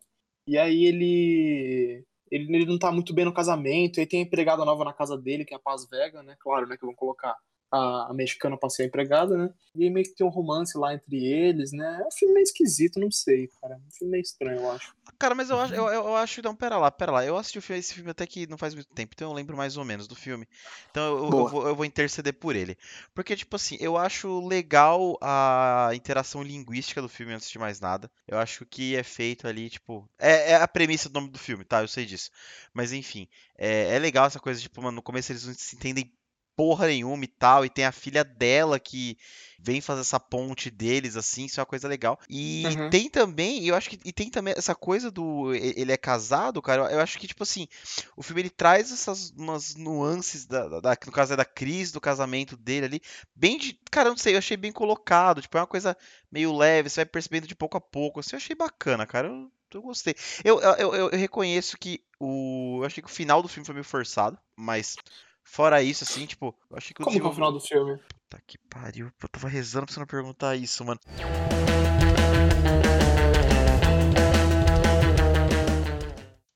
E aí ele, ele ele não tá muito bem no casamento, e aí tem a empregada nova na casa dele, que é a Paz Vega, né? Claro, né, que vão colocar a, a mexicana pra ser a empregada, né? E aí meio que tem um romance lá entre eles, né? É um filme meio esquisito, não sei, cara. É um filme meio estranho, eu acho. Cara, mas eu acho, eu, eu eu acho, não, pera lá, pera lá. Eu assisti o filme- esse filme até que não faz muito tempo, então eu lembro mais ou menos do filme. Então eu, eu- eu Boa. vou, eu vou interceder por ele. Porque, tipo assim, eu acho legal a interação linguística do filme antes de mais nada. Eu acho que é feito ali, tipo. É, é a premissa do nome do filme, tá? Eu sei disso. Mas enfim, é, é legal essa coisa, tipo, mano, no começo eles não se entendem porra nenhuma e tal, e tem a filha dela que vem fazer essa ponte deles, assim, isso é uma coisa legal. E Uhum. tem também, eu acho que e tem também essa coisa do e- ele é casado, cara, eu- eu acho que, tipo assim, o filme ele traz essas umas nuances da, da- da- no caso é da crise do casamento dele ali, bem de, cara, eu não sei, eu achei bem colocado, tipo, é uma coisa meio leve, você vai percebendo de pouco a pouco, assim, eu achei bacana, cara, eu, eu gostei. Eu, eu, eu- eu reconheço que o, eu achei que o final do filme foi meio forçado, mas fora isso, assim, tipo, eu achei que o Como que é o desenvolv- final do filme? Puta que pariu, eu tava rezando pra você não perguntar isso, mano.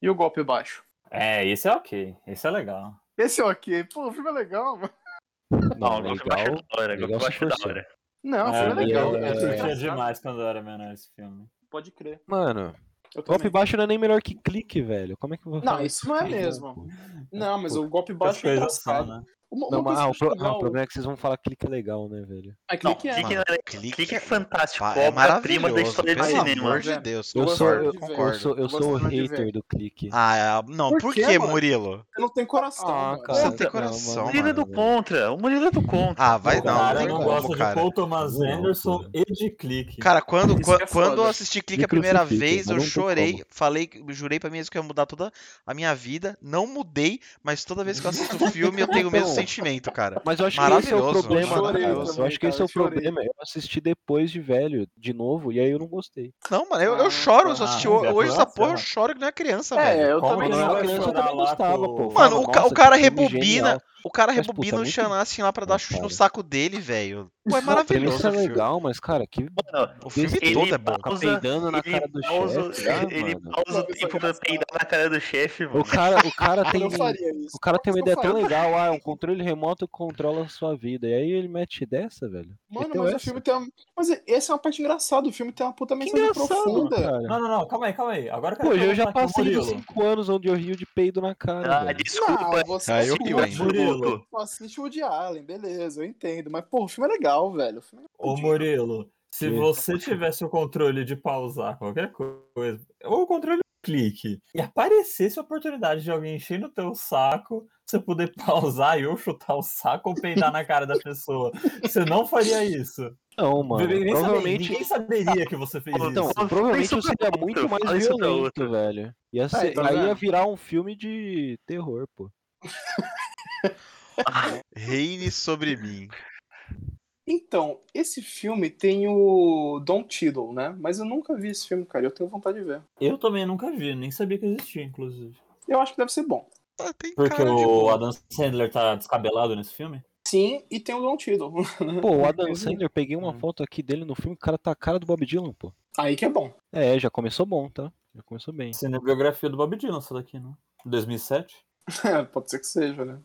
E o golpe baixo? É, esse é ok. Esse é legal. Esse é ok. Pô, o filme é legal, mano. não, Golpe Baixo legal. é da né? hora, Golpe legal se Baixo é da forçou. hora. Não, o É, filme é legal. eu- né? eu O filme é curtia engraçado. demais quando eu era menor esse filme. Pode crer. Mano, Eu golpe também. baixo não é nem melhor que clique, velho. Como é que eu vou Não, falar isso não é mesmo. Não, mas o golpe As baixo é coisas são, engraçado. né? Uma, uma Não, mas, coisa ah, o que eu pro- acho ah, legal- o problema é que vocês vão falar clique é legal, né, velho? Ah, Não, clique é- Clique, Mano, é- clique clique é- é fantástico. Pá, É Obra-prima maravilhoso, da história do pelo amor cinema. de velho. Deus, Eu sou, concordo, eu, eu concordo. sou, eu Tô sou o gostando de ver. hater do clique. Ah, não, por, Por que, quê, mano? Murilo? Você não tem coração. Ah, mano. Você tem coração, O Não, Murilo é do velho. contra. O Murilo é do contra. Ah, vai O não, não cara tem não como, gosta de cara. né? Paul Thomas Não, Anderson cara. e de clique. Cara, quando, Isso quan- é quando eu foda. assisti Clique Me a primeira crucifiquem, vez, mas eu não tem chorei, como. falei, jurei pra mim mesmo que eu ia mudar toda a minha vida, não mudei, mas toda vez que eu assisto o filme eu tenho o mesmo Então- sentimento, cara. Mas eu acho que esse é o Maravilhoso, problema, chorei cara. também, eu acho que esse cara, é o eu chorei. problema. Eu assisti depois de velho, de novo, e aí eu não gostei. Não, mano, eu, eu Ah, choro, eu tá. só assisti Ah, ho- é hoje essa classe, porra, eu mano. choro que não é criança, velho. É, eu Como também que Quando eu não. vai era criança, eu chorar também lá gostava, com- pô. Mano, Eu falava, o ca- o "Nossa, cara que filme rebobina, genial." O cara Mas, puta, rebobina o muito- Xanassin lá pra dar Ah, chute no cara. saco dele, velho. Pô, é A premissa maravilhoso é o filme. legal, mas, cara, que Mano, O filme ele todo é bom. fica pausa, peidando na ele cara do pausa, chefe. lá, ele mano. pausa o tempo pra peidar na cara do chefe, mano. O cara, o cara tem. Eu faria isso. O cara tem uma Eu ideia tão faria. legal, ah, um controle remoto controla a sua vida. E aí ele mete dessa, velho. Mano, Meteu mas o essa. filme tem uma... Mas essa é uma parte engraçada. O filme tem uma puta mensagem engraçado, profunda. cara. Não, não, não, calma aí, calma aí. Agora Pô, eu perguntar já aqui, passei um dos Tá Murilo. 5 anos onde eu rio de peido na cara. Ah, velho. desculpa. Não, você Ah, eu assiste, rio ainda. Murilo. você assiste o Woody Allen, beleza, eu entendo. Mas, pô, o filme é legal, velho. O filme é Ô Murilo, se Sim. você tivesse o controle de pausar qualquer coisa, ou o controle do clique, e aparecesse a oportunidade de alguém encher no teu saco, você poder pausar e ou chutar o saco ou peidar na cara da pessoa, você não faria isso. Não, mano. ninguém, sabe- Provavelmente. ninguém saberia que você fez Então, isso. provavelmente Isso eu pra seria outro, muito mais fala isso pra violento, outro. velho. Ia ser- então, aí ia velho. virar um filme de terror, pô. Reine sobre mim. Então, esse filme tem o Don Tiddle, né? Mas eu nunca vi esse filme, cara. Eu tenho vontade de ver. Eu também nunca vi, nem sabia que existia, inclusive. Eu acho que deve ser bom. Ah, tem Porque cara de o boa. Adam Sandler tá descabelado nesse filme? Sim, e tem o Don Tiddle. Pô, um o Adam Sandler, peguei uma Hum. foto aqui dele no filme, o cara tá a cara do Bob Dylan, pô. Aí que é bom. É, já começou bom, tá? Já começou bem. Cinebiografia Assim, do Bob Dylan, essa daqui, não? 2007? Pode ser que seja, né?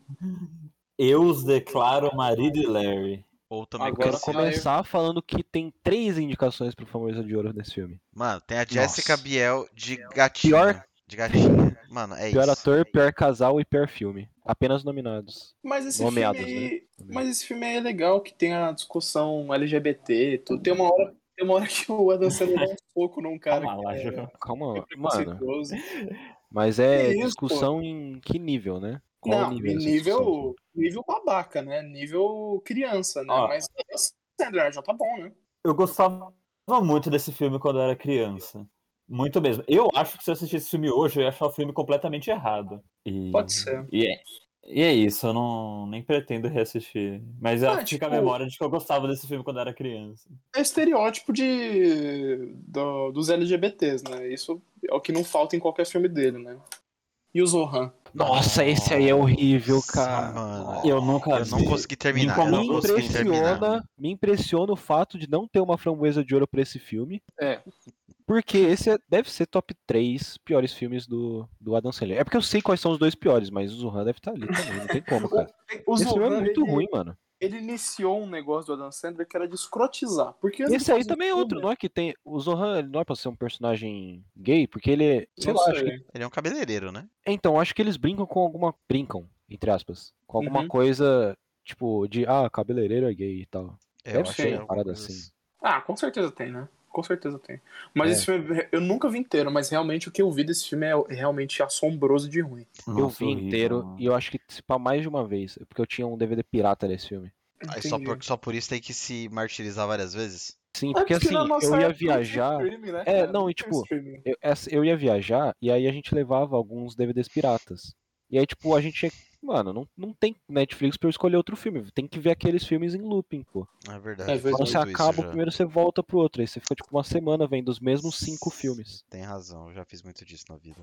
Eu os declaro marido e Larry. Ou também Eu quero Agora conhecido- começar falando que tem três indicações pro Famosa de Ouro nesse filme. Mano, tem a Jessica Nossa. Biel de gatinha. Pior- De gatinha. Mano, é Pior isso. ator, pior casal e pior filme. Apenas nominados. Mas esse Nomeados, né? filme aí, mas esse filme aí é legal que tem a discussão LGBT, e tudo. Tem uma hora, tem uma hora que o Adam Sandler dá um soco num cara Ah, Calma lá, que é, João. Calma, mano. preconceituoso. Mas é Que isso, discussão em que nível, né? Não, nível dessa discussão? nível, nível babaca, né? Nível criança, né? Ó. Mas o Adam Sandler já tá bom, né? Eu gostava muito desse filme quando eu era criança. Muito mesmo. Eu acho que se eu assistisse esse filme hoje, eu ia achar o filme completamente errado. E- Pode Uhum. ser. E é, e é isso, eu não, nem pretendo reassistir. Mas Ah, ah, fica a tipo- memória de que eu gostava desse filme quando eu era criança. É estereótipo de, do- dos LGBTs, né? Isso é o que não falta em qualquer filme dele, né? E o Zohan. Nossa, esse aí é horrível, cara. mano. Ah, Eu nunca Eu não consegui terminar. Eu não me consegui terminar. impressiona, me impressiona o fato de não ter uma framboesa de ouro pra esse filme. É. Porque esse é- deve ser top 3 piores filmes do, do Adam Sandler. É porque eu sei quais são os dois piores, mas o Zohan deve estar ali também, não tem como, cara. O esse filme é Zohan, muito ele- ruim, mano. ele iniciou um negócio do Adam Sandler que era de escrotizar. Porque Esse aí também é né? outro, não é que tem... O Zohan ele não é pra ser um personagem gay, porque ele é... Sei Não lá, sei. acho que... Ele é um cabeleireiro, né? Então, acho que eles brincam com alguma... Brincam, entre aspas. Com alguma Uhum. coisa, tipo, de... Ah, cabeleireiro é gay e tal. É, Deve ser, alguma parada coisa assim. Ah, com certeza tem, né? Com certeza tem. Mas É. esse filme, eu nunca vi inteiro, mas realmente o que eu vi desse filme é realmente assombroso de ruim. eu vi inteiro e eu acho que se pá mais de uma vez, porque eu tinha um DVD pirata desse filme. Aí só Entendi. por, só por isso tem que se martirizar várias vezes? Sim, É porque assim, na nossa eu ia época tinha viajar, streaming, né, É, cara? não, e tinha tipo, streaming. eu, essa- eu ia viajar e aí a gente levava alguns DVDs piratas. E aí tipo, a gente tinha, mano, não, não tem Netflix pra eu escolher outro filme, tem que ver aqueles filmes em looping, pô. É verdade. É eu verdade. fiz Quando você muito isso acaba, já. o primeiro você volta pro outro, aí você fica tipo uma semana vendo os mesmos cinco filmes. Tem razão, eu já fiz muito disso na vida.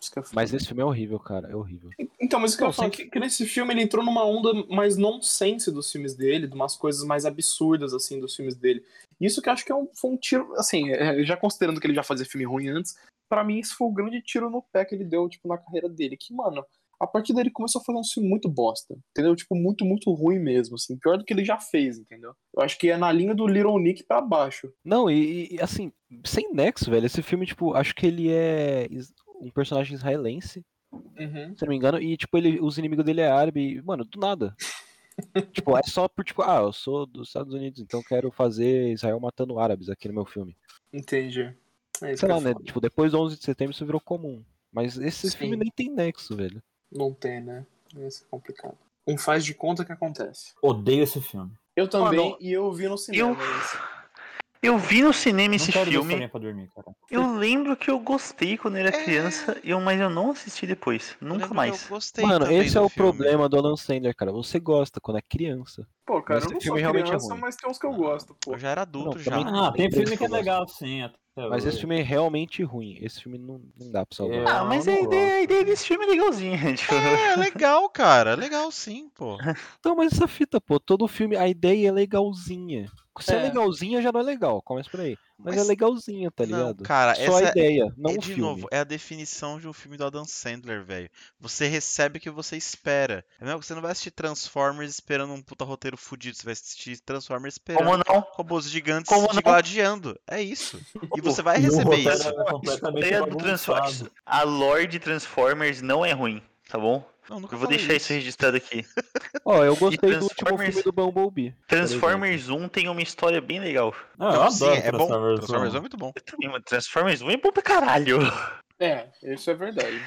Isso que eu falo. Mas esse filme é horrível, cara, é horrível. Então, mas o que eu Não, falo é que, que nesse filme ele entrou numa onda mais nonsense dos filmes dele, de umas coisas mais absurdas, assim, dos filmes dele. Isso que eu acho que é um, foi um tiro, assim, é, já considerando que ele já fazia filme ruim antes, pra mim isso foi o grande tiro no pé que ele deu, tipo, na carreira dele. Que, mano, a partir daí ele começou a fazer um filme muito bosta, entendeu? Tipo, muito, muito ruim mesmo, assim, pior do que ele já fez, entendeu? Eu acho que é na linha do Little Nick pra baixo. Não, e, e, assim, sem nexo, velho, esse filme tipo, acho que ele é is- um personagem israelense Uhum. se eu não me engano, e tipo, ele, os inimigos dele é árabe, e, mano, do nada. tipo, é só por tipo, ah, eu sou dos Estados Unidos, então quero fazer Israel matando árabes aqui no meu filme. Entendi. É isso que Sei lá, eu né? falo. Tipo, depois do 11 de setembro isso virou comum. Mas esse Sim. filme nem tem nexo, velho. Não tem, né? Isso é complicado. Um faz de conta que acontece. Odeio esse filme. Eu também, Mano, e eu vi no cinema. eu- esse. Eu vi no cinema esse não quero ver filme. historinha pra dormir, cara. Eu lembro que eu gostei quando era É. criança, eu, mas eu não assisti depois. Eu lembro Nunca que mais. Eu gostei Mano, também esse do é o filme. problema do Alan Sandler, cara. Você gosta quando é criança. Pô, cara, Mas eu não esse sou filme realmente é criança, ruim. mas tem uns que eu gosto, pô. Eu já era adulto Não, já. também- Ah, tem filme que é Impressionante. legal, sim. até Mas esse hoje. filme é realmente ruim. Esse filme não, não dá pra salvar. É. Ah, mas Eu a não ideia, a gosto. ideia desse filme é legalzinha. Tipo, É, legal, cara. Legal sim, pô. Então, mas essa fita, pô, todo filme, a ideia é legalzinha. Se é, É. legalzinha, já não é legal. Começa por aí. Mas, é Mas- legalzinha, tá Não, ligado? cara, Só a essa ideia, não é o de filme. novo, é a definição de um filme do Adam Sandler, velho. Você recebe o que você espera. É mesmo que você não vai assistir Transformers esperando um puta roteiro fudido, você vai assistir Transformers esperando como não? robôs gigantes Como se não? gladiando. É isso. E você vai E o receber roteiro é isso. era completamente ideia é do bagunçado. Transformers. A lore de Transformers não é ruim, tá bom? Não, nunca Eu vou falei deixar isso registrado aqui. Ó, eu gostei do último Transformers- filme do Bumblebee. Transformers 1 tem uma história bem legal. Ah, eu um Não, adoro sim, é bom. Transformers. Transformers é muito bom. Eu também, mano. Transformers 1 é bom pra caralho. É, isso é verdade.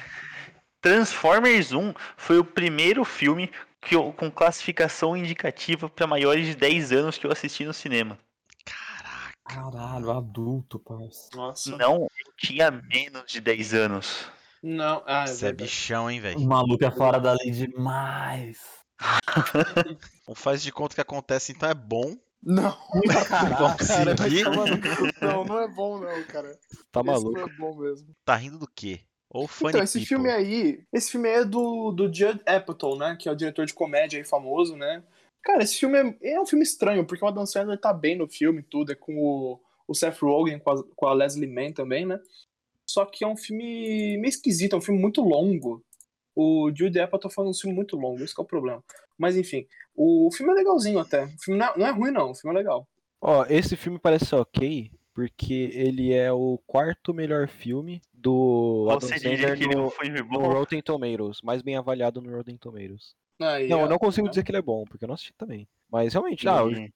Transformers 1 foi o primeiro filme que eu- com classificação indicativa pra maiores de 10 anos que eu assisti no cinema. Caraca. Caralho, adulto, parceiro. Nossa. Não, eu tinha menos de 10 anos. Não, ah, é Você é verdade. bichão, hein, O velho. maluco é fora da lei demais. Não Um faz de conta que acontece, então é bom. Não, Vamos seguir. não, não é bom, não, cara. Tá Isso maluco. não é bom mesmo. Tá rindo do quê? Ou funny Então, esse people. filme aí. Esse filme aí é do, do Judd Apatow, né? Que é o diretor de comédia aí famoso, né? Cara, esse filme é, é um filme estranho, porque o Adam Sandler tá bem no filme, e tudo, é com o, o Seth Rogen, com a, com a Leslie Mann também, né? Só que é um filme meio esquisito, é um filme muito longo. O Jude Apatow faz um filme muito longo, esse que é o problema. Mas enfim, o filme é legalzinho até. O filme não é, não é ruim, não, o filme é legal. Ó, esse filme parece ok porque ele é o quarto melhor filme do Ou Adam você diria Sandler que ele é um no, filme no bom? Rotten Tomatoes, mais bem avaliado no Rotten Tomatoes. Aí, Não, ó. eu não consigo dizer que ele é bom, porque eu não assisti também. Mas realmente, ah, Hum.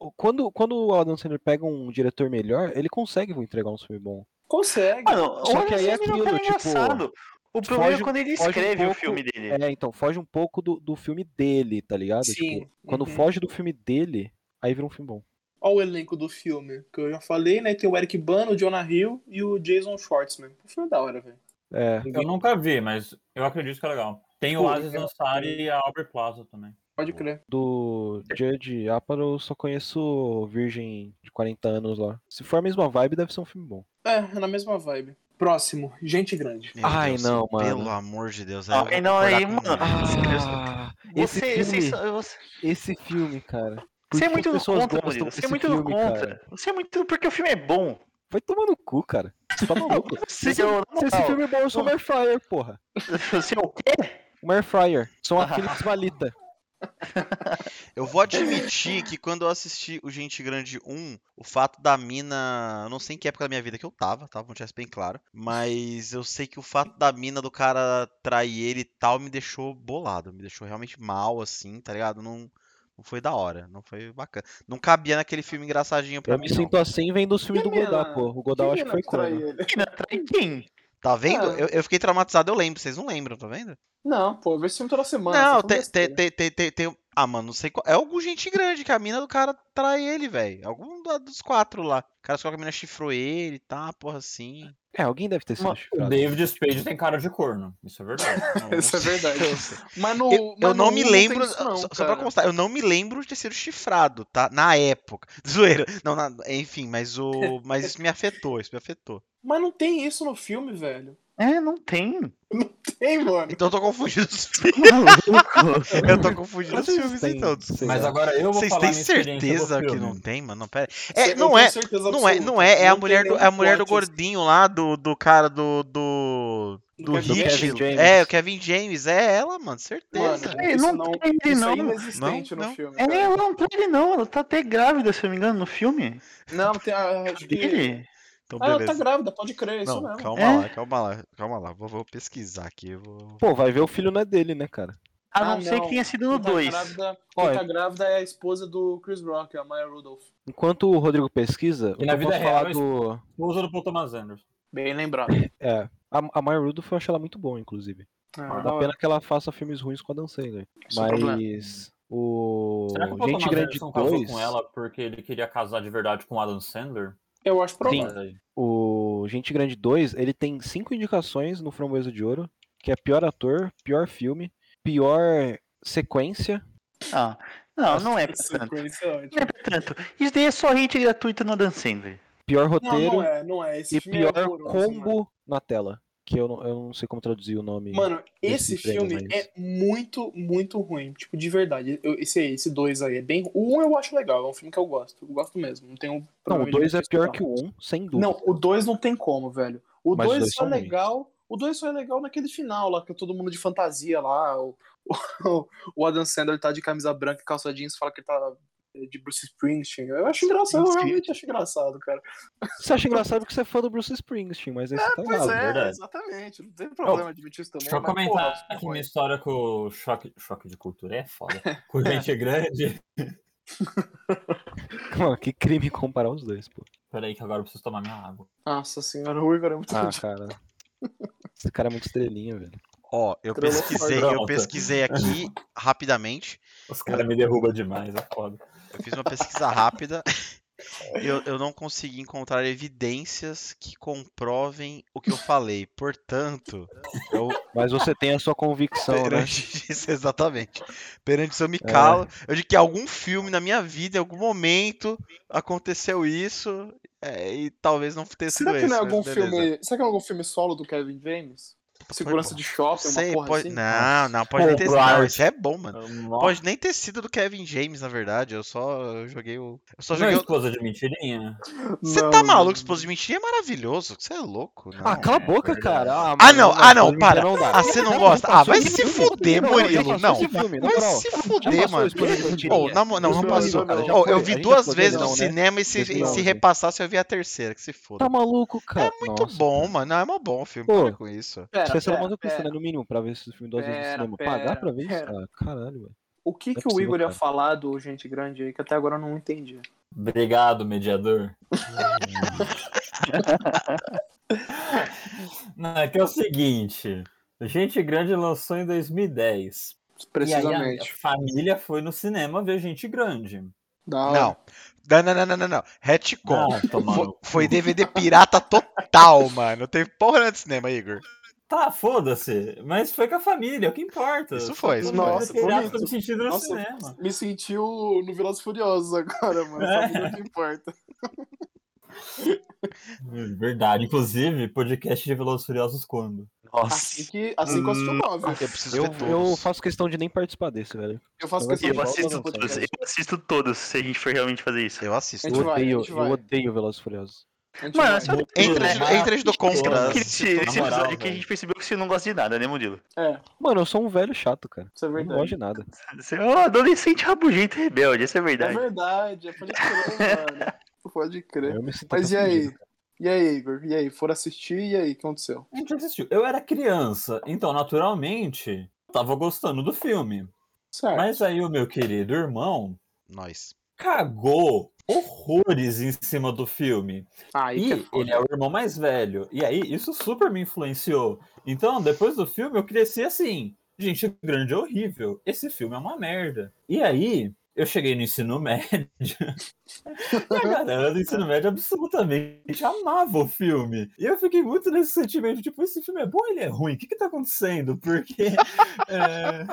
o- quando, quando o Adam Sandler pega um diretor melhor, ele consegue entregar um filme bom. Consegue. Mano, Só olha que aí é esse menino, aquilo, cara, é tipo, engraçado. O problema foge- é quando ele foge um escreve o pouco- filme dele. É, então, foge um pouco do, do filme dele, tá ligado? Sim. Tipo, quando Uhum. foge do filme dele, aí vira um filme bom. Olha o elenco do filme, que eu já falei, né? Tem o Eric Bana, o Jonah Hill e o Jason Schwartzman. O filme é da hora, velho. É, Eu nunca vi, mas eu acredito que é legal. Tem o Pô, Aziz eu- Ansari e a Aubrey Plaza também. Pode crer. do Judge Apatow eu só conheço Virgem de 40 anos lá. Se for a mesma vibe, deve ser um filme bom. É, é na mesma vibe. Próximo, Gente Grande. Meu Ai, Deus, não, mano. Pelo amor de Deus. é um Ah, eu vou não, aí, concordar com o mano. Léo. Ah, Você, esse filme, vocês são- você, esse filme, cara. Por você é que muito as do pessoas contra, gostam Murilo. Você é desse muito do filme, contra. cara? Você é muito do porque o filme é bom. Vai tomar no cu, cara. Você tá maluco? se, esse, eu- se esse não, filme é bom, eu sou um air fryer, porra. Você é o quê? Um air fryer. Sou Ah. uma Philips Valita. Eu vou admitir que quando eu assisti o Gente Grande 1, o fato da mina. Eu não sei em que época da minha vida que eu tava, tá? Vou deixar isso bem claro. Mas eu sei que o fato da mina do cara trair ele e tal me deixou bolado. Me deixou realmente mal, assim, tá ligado? Não, não foi da hora. Não foi bacana. Não cabia naquele filme engraçadinho pra Eu mim. me não. sinto assim vendo os filmes Que do Godard, mina? pô. O Godard eu acho que foi contra corno. ele? Quem atrai quem? Tá vendo? É. Ah. Eu, eu fiquei traumatizado, eu lembro. Vocês não lembram, tá vendo? Não, pô, eu vejo esse filme toda semana. tá não, só tem, faz tem, besteira. tem, tem, tem, tem- Ah, mano, não sei qual. É algum gente grande que a mina do cara trai ele, velho. Algum da- dos quatro lá. O cara só que a mina chifrou ele, tá? Porra, assim. É, alguém deve ter sido Uma- O chifrado. David Spade tem cara de corno. Isso é verdade. Isso é verdade. Eu, sei. Mas no, Eu- eu mas no não me um tem lembro. isso não, só, só pra cara. constar, eu não me lembro de ter sido chifrado, tá? Na época. Zoeira. Não, na- enfim, mas o. Mas isso me afetou, isso me afetou. Mas não tem isso no filme, velho. É, não tem. Tem, mano. Então eu tô confundindo os filmes. Maluco. Eu tô confundindo os Vocês filmes, têm- então. vocês- Mas agora eu vou Vocês falar têm minha experiência do certeza que filme. não tem, mano? Não, pera. É, Eu não tenho é. certeza Não é, absoluta. não é, é a tem mulher do, nenhum é a mulher do plot assim. gordinho lá, do, do cara do. Do, Do do Hit. Kevin James. É, o Kevin James, é ela, mano, certeza. Mano, É, isso não não, tem ele, isso é não. inexistente Não, no não. filme. É, cara. ela não tá ele não, ela tá até grávida, se eu não me engano, no filme. Não, tem a. Acho que... Ele? Então, Ah, ela tá beleza. grávida, pode crer, isso Não, mesmo. calma É. lá, calma lá, calma lá. Vou, vou pesquisar aqui. eu Vou... Pô, vai ver o filho não é dele, né, cara? A Ah, não ser não. que tenha sido no Quem tá 2. grávida- Olha. Quem tá grávida é a esposa do Chris Rock, a Maya Rudolph. Enquanto o Rodrigo pesquisa, E eu na posso vida falar real, do. Usa do Paul Thomas Anderson. Bem lembrado. É. A, a Maya Rudolph eu acho ela muito boa, inclusive. Ah, da Uma hora. pena que ela faça filmes ruins com a Dan Sandler. Isso é um problema. Mas. O. Será que o Paul Gente Thomas Grande Anderson casou 2. com ela porque ele queria casar de verdade com o Adam Sandler? Eu acho provável. Mas aí- O Gente Grande 2, ele tem cinco indicações no Framboesa de Ouro, que é pior ator, pior filme, pior sequência. Ah, não, não é pra Essa tanto. sequência é ótima. Não é pra tanto. Isso daí é só hate gratuita no Dan Sandler. pior Não, roteiro não é, não é. Esse e filme é pior horroroso, combo mano. na tela. Que eu não, eu não sei como traduzir o nome. Mano, desse esse prêmio, filme mas- é muito, muito ruim. Tipo, de verdade. Eu- esse aí, esse dois aí é bem. O um eu acho legal, é um filme que eu gosto. Eu gosto mesmo. Não tenho. não, o 2 é pior que o. o 1, um, sem dúvida. Não, o dois não tem como, velho. O Mas os dois dois só é são ruins. legal. O dois só é legal naquele final lá, que é todo mundo de fantasia lá. O, o, o Adam Sandler tá de camisa branca e calça jeans fala que ele tá de Bruce Springsteen. Eu acho engraçado, eu realmente acho engraçado, cara. Você acha engraçado porque você é fã do Bruce Springsteen, mas aí você tá Pois errado. é, verdade. exatamente. Não tem problema admitir isso também. Deixa eu mas, comentar porra, isso é aqui ruim. minha história com o choque, choque de cultura. É foda. Com gente grande. Mano, que crime comparar os dois, pô. Peraí que agora eu preciso tomar minha água. Nossa senhora, o Igor é muito Ah, cara. Esse cara é muito estrelinha, velho. Ó, eu Trolou pesquisei, forte. eu pesquisei aqui rapidamente. Os caras me derrubam demais, é foda. Eu fiz uma pesquisa rápida. Eu, eu não consegui encontrar evidências que comprovem o que eu falei. Portanto, eu Mas você tem a sua convicção, né? perante isso, exatamente. Perante isso eu me calo. Eu digo que algum filme na minha vida, em algum momento, aconteceu isso. é, e talvez não tenha sido Será que esse, não é mas algum beleza. filme. Será que é algum filme solo do Kevin James? Segurança de shopping, Sei, uma porra pode... assim. Não, não, pode Pô, nem ter sido. Bart. Não, isso é bom, mano. Nossa, Pode nem ter sido do Kevin James, na verdade. Eu só joguei o. Eu só não é joguei o. esposa de mentirinha. Você Não, tá não. maluco? Esposa de mentira é maravilhoso. Você é louco. Não. Ah, cala a boca, cara. Ah, Ah, mano, não, ah, não, pode mentir, para. Não dá. Ah, você não gosta? Ah, vai se fuder, Não, já Murilo. passou Não. esse filme, na Vai moral. se Já fuder, passou mano. esse filme, Murilo? Oh, na, mo- não, não Não, passou, não, cara. já Oh, foi, eu a vi gente duas já foi, vezes no não, né? cinema e se, Esse e não, se né? repassasse eu vi a terceira, que se foda. Tá maluco, cara. É muito Nossa, bom, mano. É um bom filme. Pô. Para com isso. Pera, Isso é uma pera, outra coisa, pera. né? No mínimo, pra ver esse filme duas vezes no Pera, cinema. pera, Pagar pra ver isso, pera. cara? Caralho, velho. O que, Não que é o possível, Igor ia cara. falar do Gente Grande aí que até agora eu não entendi? Obrigado, mediador. Não, é que é o seguinte. Gente Grande lançou em 2010. E aí Precisamente. a família foi no cinema ver Gente Grande. Da hora. Não. Não, não, não, não, não, tá não. Retcon. Ah, tomar Foi, no foi cu. DVD pirata total, mano. Não teve porra nenhuma de cinema, Igor. Tá, foda-se. Mas foi com a família, é o que importa. Isso foi, Todo isso mundo foi. é Nossa, pirata bonito. no sentido do Nossa, cinema. Me sentiu no Vilas Furiosos agora, mano. Essa vida que importa. Verdade. Inclusive, podcast de Velozes e Furiosos quando? Assim que, assim que eu assisti o 9. Eu preciso Eu, ver todos. eu faço questão de nem participar desse, velho. Eu faço Eu questão Eu Volta assisto no todos, podcast. eu assisto todos, se a gente for realmente fazer isso. Eu assisto. A Eu gente vai, a odeio, gente vai. eu odeio Velozes e Furiosos. A gente Mano, vai. essa- Entra, Porra, entra a gente do contra. Porque esse, assiste esse na moral, episódio que a velho. gente percebeu que você não gosta de nada, né, Murilo? É, Mano, eu sou um velho chato, cara. isso é Eu não gosto de verdade. nada. Você é um adolescente rabugento e rebelde, essa é a É verdade. verdade, é pode crer, mano. Pode crer. Eu me sinto assim Mas e ofendido. aí? E aí, Igor? E aí? Foram assistir e aí? O que aconteceu? A gente assistiu. Eu era criança, então, naturalmente, eu tava gostando do filme. Certo. Mas aí o meu querido irmão Nós. cagou horrores em cima do filme. Ah, aí E que é foda. ele é o irmão mais velho. E aí, isso super me influenciou. Então, depois do filme, eu cresci assim. Gente, o grande é horrível. Esse filme é uma merda. E aí, eu cheguei no ensino médio. e a galera do ensino médio absolutamente amava o filme. E eu fiquei muito nesse sentimento, tipo, esse filme é bom ou ele é ruim? O que que tá acontecendo? Porque... é,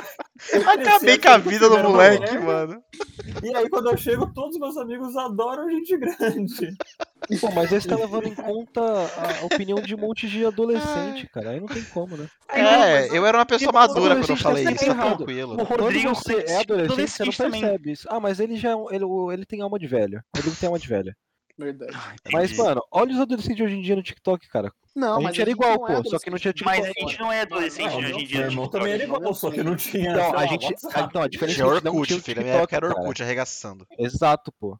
eu Ainda cresci bem que a assim, achando vida o filme do era uma né? moleque, merda. mano. E aí, quando eu chego, todos meus amigos adoram Gente Grande. Pô, mas aí você tá levando em conta a a opinião de um monte de adolescente, cara. Aí não tem como, né? É, eu era uma pessoa Porque todo madura quando eu adolescente falei tá isso, tá assim, errado. tranquilo. O Rodrigo Quando você é adolescente, você não percebe isso. Ah, mas ele já é um- ele, o- ele tem alma de velho. Ele tem alma de velho. Verdade. Mas, mano, olha os adolescentes de hoje em dia no TikTok, cara. Não, é a gente era igual, pô, só que não tinha tipo TikTok. Mas a gente não é adolescente Não, hoje em meu dia. Ah, tipo, Meu irmão também era igual, só que não tinha. sei Então, lá, a gente. WhatsApp. A, não, a diferença Tinha é que a gente não Orkut, tinha o filho. A minha época era cara. Orkut, arregaçando. Exato, pô.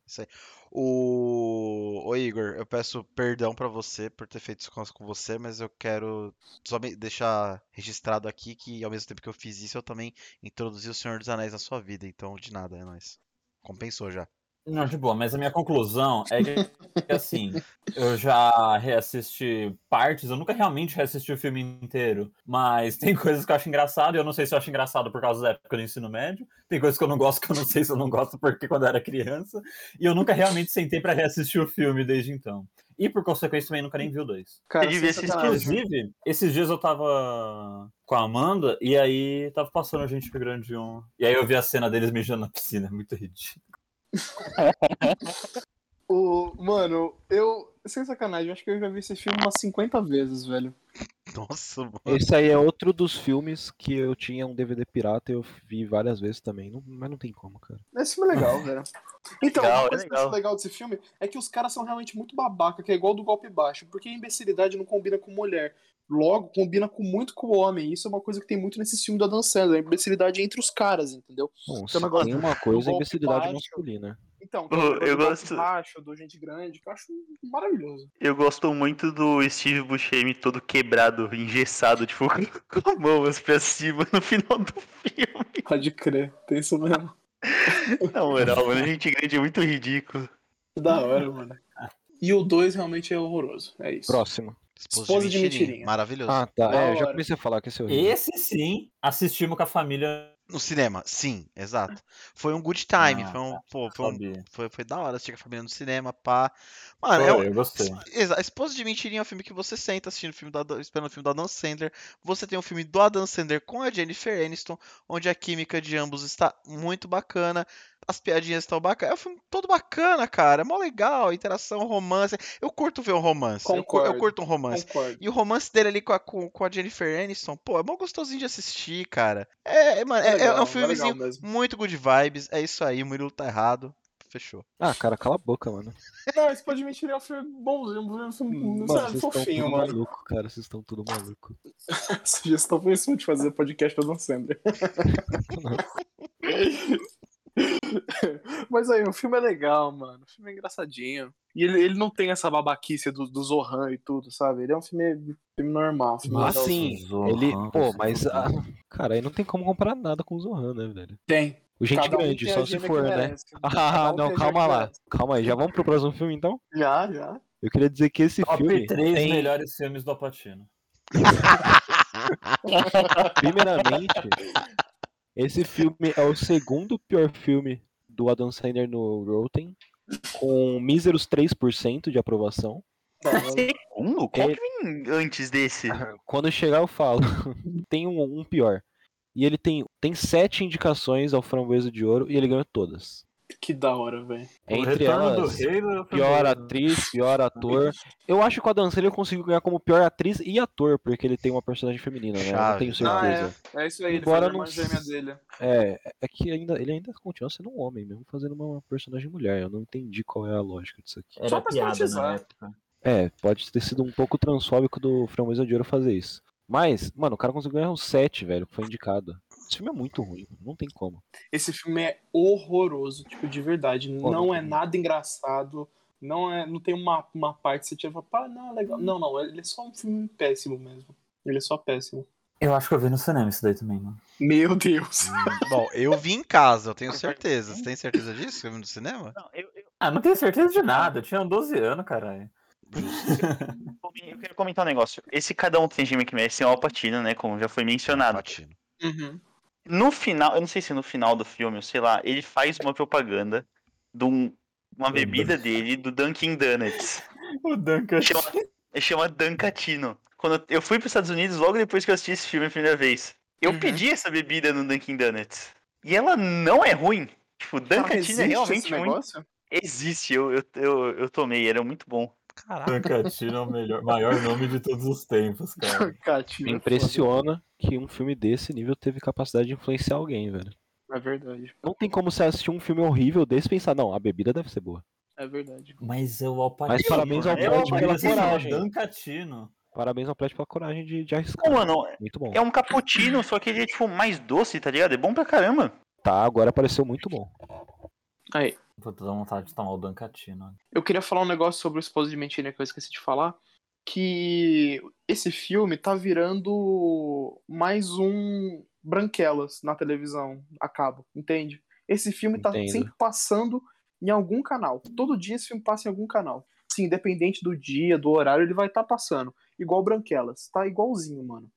O... Ô, Igor, eu peço perdão pra você por ter feito isso com com você, mas eu quero só me deixar registrado aqui que ao mesmo tempo que eu fiz isso, eu também introduzi o Senhor dos Anéis na sua vida. Então, de nada, é nóis. Compensou já. Não, de boa, mas a minha conclusão é que, assim, eu já reassisti partes, eu nunca realmente reassisti o filme inteiro, mas tem coisas que eu acho engraçado, e eu não sei se eu acho engraçado por causa da época do ensino médio, tem coisas que eu não gosto que eu não sei se eu não gosto porque quando eu era criança, e eu nunca realmente sentei pra reassistir o filme desde então. E por consequência também nunca nem vi o dois. Cara, Eu devia sem assistir Ah, sacanagem. Inclusive, esses dias eu tava com a Amanda e aí tava passando a gente pro Grande 1. E aí eu vi a cena deles mijando na piscina, é muito ridículo. O, mano, eu. Sem sacanagem, acho que eu já vi esse filme umas 50 vezes, velho. Nossa, mano. Esse aí é outro dos filmes que eu tinha um DVD pirata e eu vi várias vezes também. Não- mas não tem como, cara. Esse filme é legal, velho. Então, Legal, uma é coisa que eu legal. acho legal desse filme é que os caras são realmente muito babaca, que é igual do golpe baixo, porque a imbecilidade não combina com mulher. Logo, combina com muito com o homem. Isso é uma coisa que tem muito nesse filme da Dan Sandler, a imbecilidade entre os caras, entendeu? Bom, Tem um se negócio tem uma coisa, é golpe imbecilidade baixo. masculina. Então, Eu- tem o eu do golpe gosto- baixo, do gente grande, que eu acho maravilhoso. Eu gosto muito do Steve Buscemi todo quebrado, engessado, tipo, com a mão assim pra cima no final do filme. Pode crer, tem isso mesmo. Na moral, mano, gente grande é muito ridículo. Da hora, mano. E o 2 realmente é horroroso. É isso. Próximo. Esposa de mentirinha. Maravilhoso. Ah, tá. Da É, eu já hora. comecei a falar que esse é horrível. Esse sim, assistimos com a família. No cinema, sim, exato. Foi um good time, Ah, foi um, pô, foi, um- Sabia. foi, foi da hora assistir com a família no cinema, pá. Mano, é Pô, um- eu gostei. Exa- Esposa de Mentirinha é um filme que você senta assistindo o filme do Adam- esperando o filme do Adam Sandler. Você tem um filme do Adam Sandler com a Jennifer Aniston, onde a química de ambos está muito bacana. as piadinhas tão bacanas. É um filme todo bacana, cara. É mó legal, interação, romance. Eu curto ver um romance. Eu, cur- eu Concordo. curto um romance. Concordo. E o romance dele ali com a, com, com a Jennifer Aniston, pô, é mó gostosinho de assistir, cara. É, é, mano, é, é legal, um filmezinho legal mesmo. muito good vibes. É isso aí, o Murilo tá errado. Fechou. Ah, cara, cala a boca, mano. Não, esse pode mentir é um filme bonzinho, um filme Mano, sabe, vocês estão fofinho, tudo mano. maluco, cara. Vocês estão tudo maluco. Sugestão foi isso de fazer podcast da Sandra. Mas aí, o filme é legal, mano. O filme é engraçadinho. E ele, ele não tem essa babaquice do, do Zohan e tudo, sabe? Ele é um filme, filme normal. um filme Mas legalzinho. Ah, sim, Ele, pô, mas. ah, cara, aí não tem como comparar nada com o Zohan, né, velho? Tem. O Gente Cada um Grande, tem a só se gema for, que né? merece. Cada Ah, um não, tem a calma gema que lá. merece. Calma aí, já vamos pro próximo filme então? Já, já. Eu queria dizer que esse Top né? filme, 3 tem, melhores filmes do Apatino. primeiramente, esse filme é o segundo pior filme do Adam Sandler no Rotten, com míseros 3% de aprovação. Segundo? Qual que vem antes desse? Quando chegar eu falo. tem um, um pior. E ele tem, tem sete indicações ao Framboesa de Ouro e ele ganhou todas. Que da hora, velho. Entre Retorno do elas, Rei é o pior primeiro. atriz, pior ator. Eu acho que o Adam Sandler conseguiu ganhar como pior atriz e ator, porque ele tem uma personagem feminina, né? Eu Não Chave. tenho Ah, é. certeza. É isso aí, ele Embora faz a irmã não- gêmea dele. é. é que ainda, ele ainda continua sendo um homem, mesmo fazendo uma personagem mulher. Eu não entendi qual é a lógica disso aqui. Era Só pra piada escrotizar. na época. É, pode ter sido um pouco transfóbico do Framboesa de Ouro fazer isso. Mas, mano, o cara conseguiu ganhar um 7, velho, que foi indicado. Esse filme é muito ruim, não tem como. Esse filme é horroroso, tipo, de verdade. Não é nada engraçado. Não é, não tem uma, uma parte que você tira e fala, pá, não, é legal. Não, não, ele é só um filme péssimo mesmo. Ele é só péssimo. Eu acho que eu vi no cinema isso daí também, mano. Meu Deus. Bom, eu vi em casa, eu tenho certeza. Você tem certeza disso? Filme do cinema? Não, eu, eu- Ah, não tenho certeza de nada. Eu tinha 12 anos, caralho. eu quero comentar um negócio. Esse cada um tem Jimmy que merece é o Alpatino, né? Como já foi mencionado. Latino. Uhum. No final, eu não sei se no final do filme, ou sei lá, ele faz uma propaganda de um- uma bebida dele, do Dunkin' Donuts. O Duncan. Chama, chama Duncatino. Quando eu fui para os Estados Unidos, logo depois que eu assisti esse filme a primeira vez, eu Uhum. pedi essa bebida no Dunkin' Donuts. E ela não é ruim. Tipo, Duncatino é realmente ruim. negócio? Existe, eu, eu, eu, eu tomei, era muito bom. Caraca. Duncatino é o melhor, maior nome de todos os tempos, cara. Catinho, Me impressiona que um filme desse nível teve capacidade de influenciar alguém, velho. É verdade. Não tem como você assistir um filme horrível desse e pensar, não, a bebida deve ser boa. É verdade. Mas é o Alpatino. Mas parabéns ao mano, é Brad uma pela beleza, coragem. Duncatino. Parabéns ao Brad pela coragem de, de arriscar. Não, mano, Muito bom. é um cappuccino, só que ele é tipo mais doce, tá ligado? É bom pra caramba. Tá, agora pareceu muito bom. Aí, Puta, dá vontade de tomar o Duncatino. eu queria falar um negócio sobre o Esposo de Mentira que eu esqueci de falar. Que esse filme tá virando mais um Branquelas na televisão a cabo, entende? Esse filme tá Entendo. sempre passando em algum canal. Todo dia esse filme passa em algum canal. Sim, independente do dia, do horário, ele vai estar passando. Igual Branquelas, tá igualzinho, mano.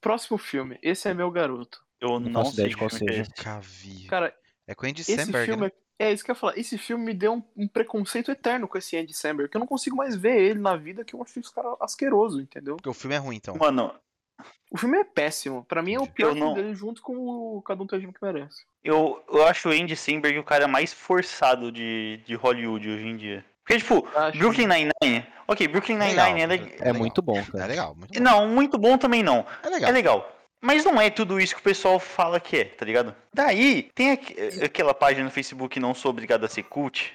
Próximo filme, esse é meu garoto. Eu Não não, faço sei ideia de qual filme que é seja. esse. Nunca vi. Cara, É com Andy Esse Samberg, filme, né? é isso que eu ia falar. Esse filme me deu um, um preconceito eterno com esse Andy Samberg, que eu não consigo mais ver ele na vida, que eu acho esse cara asqueroso, entendeu? Porque o filme é ruim, então. Mano, O filme é péssimo. Pra mim é o Entendi. pior Eu não- filme dele junto com o Cada um tem o time que merece. eu, eu acho o Andy Samberg o cara mais forçado de, de Hollywood hoje em dia. Porque, tipo, Acho- Brooklyn Nine-Nine. Ok, Brooklyn Legal, Nine-Nine é, mas le- É muito bom, É cara. legal, muito bom. Não, muito bom também não. É É legal. legal. Mas não é tudo isso que o pessoal fala que é, tá ligado? Daí, tem aqu- aquela página no Facebook Não Sou Obrigado a Ser Cult.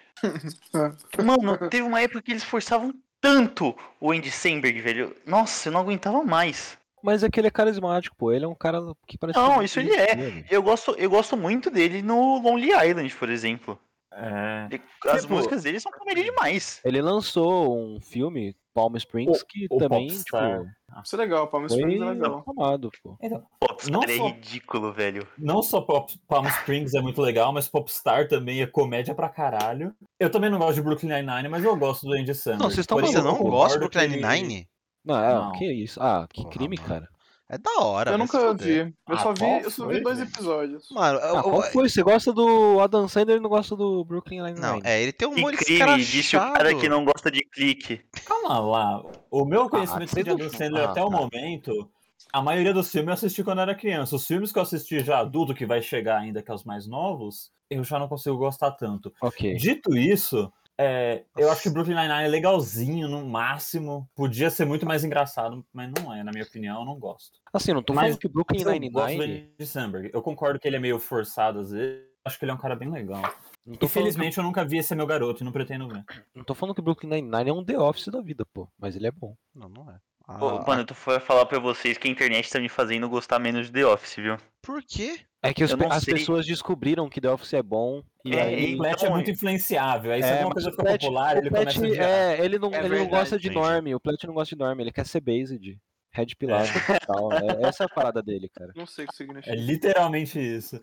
Mano, teve uma época que eles forçavam tanto o Andy Samberg, velho. Nossa, eu não aguentava mais. Mas é que ele é carismático, pô. Ele é um cara que parece. Não, que isso ele é. né, velho. Eu gosto, eu gosto muito dele no Lonely Island, por exemplo. É. Ele- As Tipo- músicas dele são comédia demais. Ele lançou um filme, Palm Springs, que O também, Popstar. tipo, Isso é legal, Palmas foi Springs é legal. amado, pô. Popstar Não é só- ridículo, velho. Não só Pop, Palm Springs é muito legal, mas Popstar também é comédia pra caralho. Eu também não gosto de Brooklyn Nine-Nine, mas eu gosto do Andy Samberg. Não, vocês estão Porém, Você eu não concordo gosta do concordo que- Clan 9? Não, é, Não. que isso? Ah, que Porra, crime, mano. cara. É da hora. Eu vai se nunca vi. fuder. Eu Ah, só vi, qual eu só foi, vi dois gente? episódios. Mano, eu- Ah, qual eu- foi? Você gosta do Adam Sandler e não gosta do Brooklyn Nine-Nine? Não, é, ele tem um Que humor crime, disse o cara escrachado. que não gosta de clique. Calma lá. O meu conhecimento Ah, você de não- Adam Sandler ah, até o tá. momento A maioria dos filmes eu assisti quando era criança. Os filmes que eu assisti já adulto, que vai chegar ainda, que é os mais novos, eu já não consigo gostar tanto. Ok. Dito isso, é, eu acho que Brooklyn Nine-Nine é legalzinho, no máximo. Podia ser muito mais engraçado, mas não é, na minha opinião, eu não gosto. Assim, não tô Mas falando que Brooklyn eu gosto do Nine-Nine. Andy Samberg. Eu concordo que ele é meio forçado às vezes. Acho que ele é um cara bem legal. Não tô falando que- Infelizmente, eu nunca vi esse é meu garoto e não pretendo ver. não tô falando que Brooklyn Nine-Nine é um The Office da vida, pô. Mas ele é bom. Não, não é. Ô, Ah, mano, eu tô fa- falar pra vocês que a internet tá me fazendo gostar menos de The Office, viu? por quê? É que os Eu pe- não as sei. pessoas descobriram que The Office é bom. E É, aí. e- o Plat então, é muito influenciável. Aí se alguma mas é coisa o fica Plat- popular, o ele Plat, começa a odiar. é, ele não, É ele não verdade, gosta de entendi. norme. O Plat não gosta de norme. Ele quer ser based. Red pilar e tal. É- essa é a parada dele, cara. Não sei o que significa. É literalmente isso.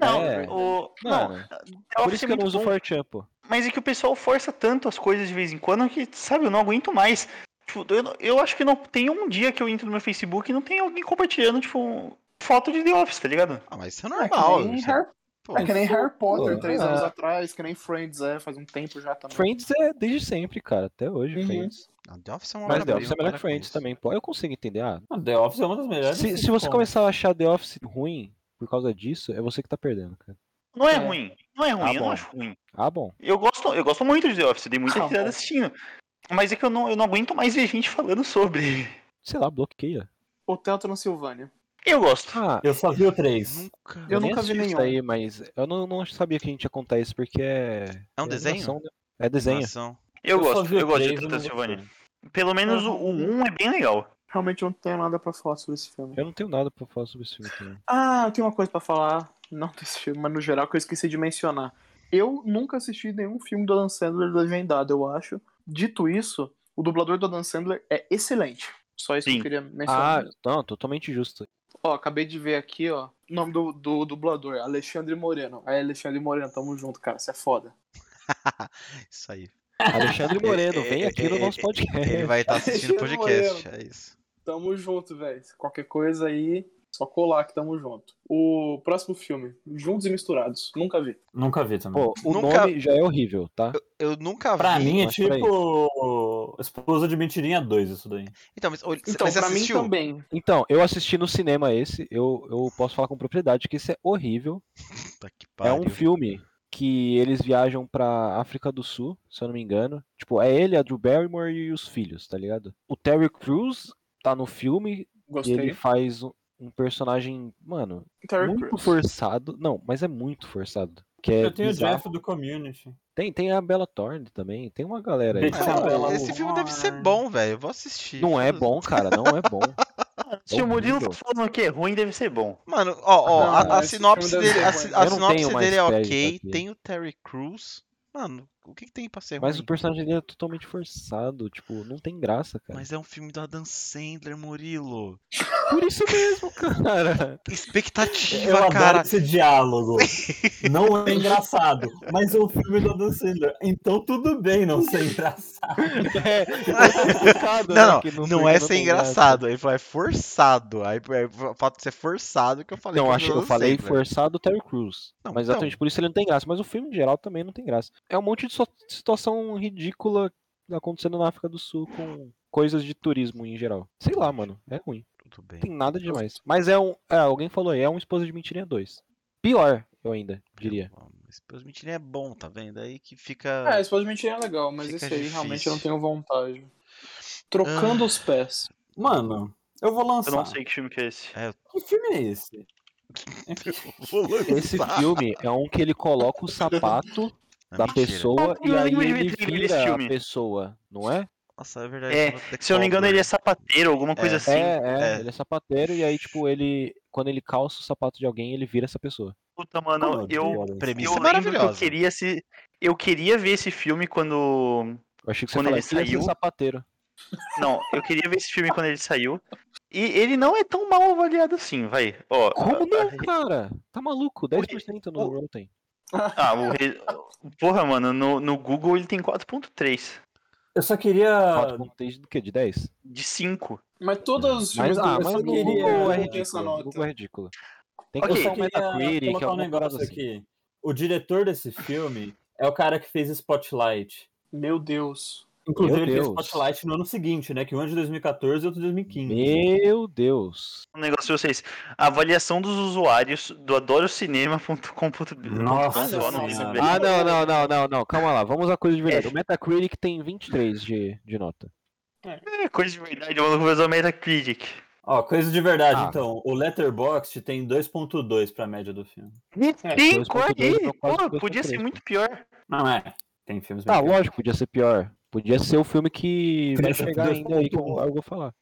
Não, É. o. Não, Mano, The por Office isso é que eu não muito uso bom, Fortran, pô. mas é que o pessoal força tanto as coisas de vez em quando que, sabe, eu não aguento mais. Tipo, eu, não- eu acho que não tem um dia que eu entro no meu Facebook e não tem alguém compartilhando, tipo, foto de The Office, tá ligado? Ah, mas isso é É que normal. nem isso é- Harry- pô, é que nem Harry Potter, Pô, três é. anos atrás, que nem Friends é, faz um tempo já Tá também. Friends é desde sempre, cara. Até hoje, Uhum. Friends. não, The Office é uma Mas The obra-prima, Office é melhor para que com Friends isso. também, pô. Eu consigo entender. Ah, The Office é uma das melhores. se, se você começar a achar The Office ruim por causa disso, é você que tá perdendo, cara. Não é, É. ruim. Não é ruim, eu bom. não acho ruim. Ah, bom. Eu gosto, eu gosto muito de The Office, dei muita Ah, risada bom. assistindo. Mas é que eu não, eu não aguento mais ver gente falando sobre. Sei lá, bloqueia. Hotel Transilvânia. Eu gosto. Ah, Eu só vi o 3. Nunca. Eu nem nunca vi assisti nenhum. Isso aí, mas eu não, não sabia que a gente ia contar isso porque é. É um desenho? animação, né? É desenho. Animação. Eu, só gosto, vi o eu gosto de três, Hotel eu não Transilvânia. gostei. Ah. Pelo menos o, Aham. o 1 é bem legal. Realmente não tenho nada pra falar sobre esse filme. Eu não tenho nada pra falar sobre esse filme também. Ah, eu tenho uma coisa pra falar, não desse filme, mas no geral que eu esqueci de mencionar. Eu nunca assisti nenhum filme do Adam Sandler legendado, eu acho. Dito isso, o dublador do Adam Sandler é excelente. Só isso que Sim. eu queria mencionar. Ah, não, totalmente justo. Ó, acabei de ver aqui, ó. O nome do, do dublador, Alexandre Moreno. Aí, Alexandre Moreno, tamo junto, cara. Você é foda. Isso aí. Alexandre Moreno, vem É, aqui no é, nosso é, podcast. Ele vai estar assistindo o Alexandre podcast. É isso. Tamo junto, velho. Qualquer coisa aí, só colar que tamo junto. O próximo filme, Juntos e Misturados. Nunca vi. Nunca vi também. Pô, o Nunca- nome já é horrível, tá? Eu nunca pra vi. mim é mas pra tipo. Esposa de Mentirinha 2, isso daí. Então, mas, olha, Então, mas você pra mim assistiu? também. Então, eu assisti no cinema esse, eu, eu posso falar com propriedade que esse é horrível. Puta que É pariu. um filme que eles viajam pra África do Sul, se eu não me engano. Tipo, é ele, a Drew Barrymore e os filhos, tá ligado? O Terry Crews tá no filme e Gostei. ele faz um, um personagem, mano, Terry muito Crews. forçado. Não, mas é muito forçado. Que é eu tenho bizarro. o Jeff do Community. Tem, tem a Bella Thorne também, tem uma galera aí. Bem, Ah, Essa velho, bela esse filme deve ser Warren. bom, velho. Eu vou assistir. Não é Foda-se. bom, cara, não é bom. Se o Murilo horrível. tá falando que é ruim, deve ser bom. Mano, ó, ó, Não, a- a, não, esse sinopse filme deve dele, ser a, ruim. si- a Eu não sinopse tenho mais dele é crédito ok, aqui. tem o Terry Crews. Mano, o que, que tem pra ser Mas ruim? o personagem dele é totalmente forçado, tipo, não tem graça, cara. Mas é um filme do Adam Sandler, Murilo. Por isso mesmo, cara. Eu Expectativa, adoro cara. esse diálogo. Não é engraçado, mas é um filme do Adam Sandler. Então tudo bem não ser engraçado. É, é complicado, né, Não, que não, tem- não é ser tem graça. engraçado. Ele falou, é forçado. Aí é o fato de ser forçado que eu falei. Não, que é acho, do eu Adam falei Sandler. forçado o Terry Crews. Não, mas então. exatamente por isso ele não tem graça. Mas o filme em geral também não tem graça. É um monte de so- situação ridícula acontecendo na África do Sul com coisas de turismo em geral. Sei lá, mano. É ruim. Tudo bem. né, Não tem nada demais. Mas é um. É, alguém falou aí, é um esposa de mentirinha 2. Pior, eu ainda diria. Os mentirinhos é bom, tá vendo? Aí que fica. Ah, É, Esposa de Mentira é legal, mas Fica esse aí realmente difícil. Ah. eu não tenho vontade. Trocando os pés. Mano, eu vou lançar. Eu não sei que filme que é esse. Que filme é esse? Vou lançar. Esse filme é um que ele coloca o sapato É da mentira. pessoa e Eu aí lembro de ele ver trailer desse vira a filme. pessoa, não é? Nossa, é verdade. É, chama The se eu não me engano, Cobbler. ele é sapateiro, alguma coisa É. assim. É, é, é. ele é sapateiro e aí, tipo, ele. Quando ele calça o sapato de alguém, ele vira essa pessoa. Puta, mano, eu, Premissa eu lembro que eu maravilhosa. queria se. Eu queria ver esse filme quando. Eu achei que você Quando falava ele que ia ser saiu- sapateiro. Não, eu queria ver esse filme quando ele saiu. E ele não é tão mal avaliado assim, vai. Ó, Como a- a- não, cara? Tá maluco? 10% no o- Rotten. Ah, o re- Porra, mano, no, no Google ele tem 4.3 Eu só queria. 4.3 do quê? De 10? de 5. Mas todos os Mas, filmes ah, do mas no Anderson queria- Google é não tem essa ridículo. No Google é nota. ridículo. Tem que Ok, usar Eu o queria Metacritic, colocar um alguma coisa negócio assim. aqui. O diretor desse filme é o cara que fez Spotlight. Meu Deus. Inclusive, Meu ele fez Deus. Spotlight no ano seguinte, né? Que um é de 2014 e outro de 2015. Meu Deus. Um negócio pra vocês. A avaliação dos usuários do adorocinema.com.br. Nossa Só não senhora. lembro. Ah, não, não, não, não, não. Calma lá, vamos à coisa de verdade. O Metacritic tem 23 de, de nota. É coisa de verdade, eu vou fazer o Metacritic. Ó, coisa de verdade, Ah. então. O Letterboxd tem 2.2 pra média do filme. É, Sim, 2.2 corre aí. pra quase Pô, podia ser 2.3. muito pior. Não é. Tem filmes Tá, bem piores. lógico, podia ser pior. Podia ser o filme que vai Criança chegar ainda aí que eu, eu vou falar.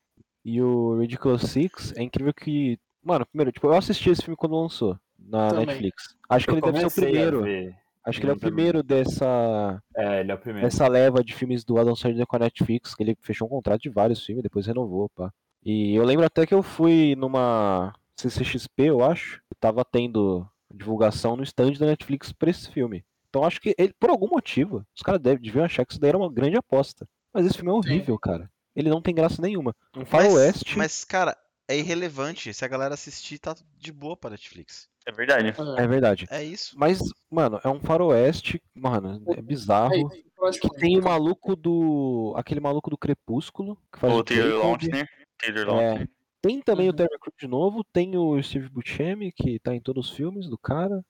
E o Ridiculous Six é incrível que. Mano, primeiro, tipo, eu assisti esse filme quando lançou na Também. Netflix. Acho que Eu ele deve ser o comecei a primeiro. ver. Acho que ele é o Também. primeiro dessa, É, ele é o primeiro. dessa leva de filmes do Adam Sandler com a Netflix, que ele fechou um contrato de vários filmes, depois renovou, pá. E eu lembro até que eu fui numa CCXP, eu acho, que tava tendo divulgação no stand da Netflix pra esse filme. Então acho que ele, por algum motivo, os caras deve- deviam achar que isso daí era uma grande aposta. Mas esse filme é horrível, cara. Ele não tem graça nenhuma. Um faroeste, Mas, cara, é irrelevante. Se a galera assistir, tá de boa pra Netflix. É verdade. é verdade. É isso. Mas, mano, é um faroeste, mano, é bizarro. Aí, lógico, Que tem o maluco do. Aquele maluco do Crepúsculo, que faz O o Taylor Jacob. Lautner. Taylor É. Lautner. Tem também o Uhum. Terry Crews de novo, tem o Steve Buscemi, que tá em todos os filmes do cara.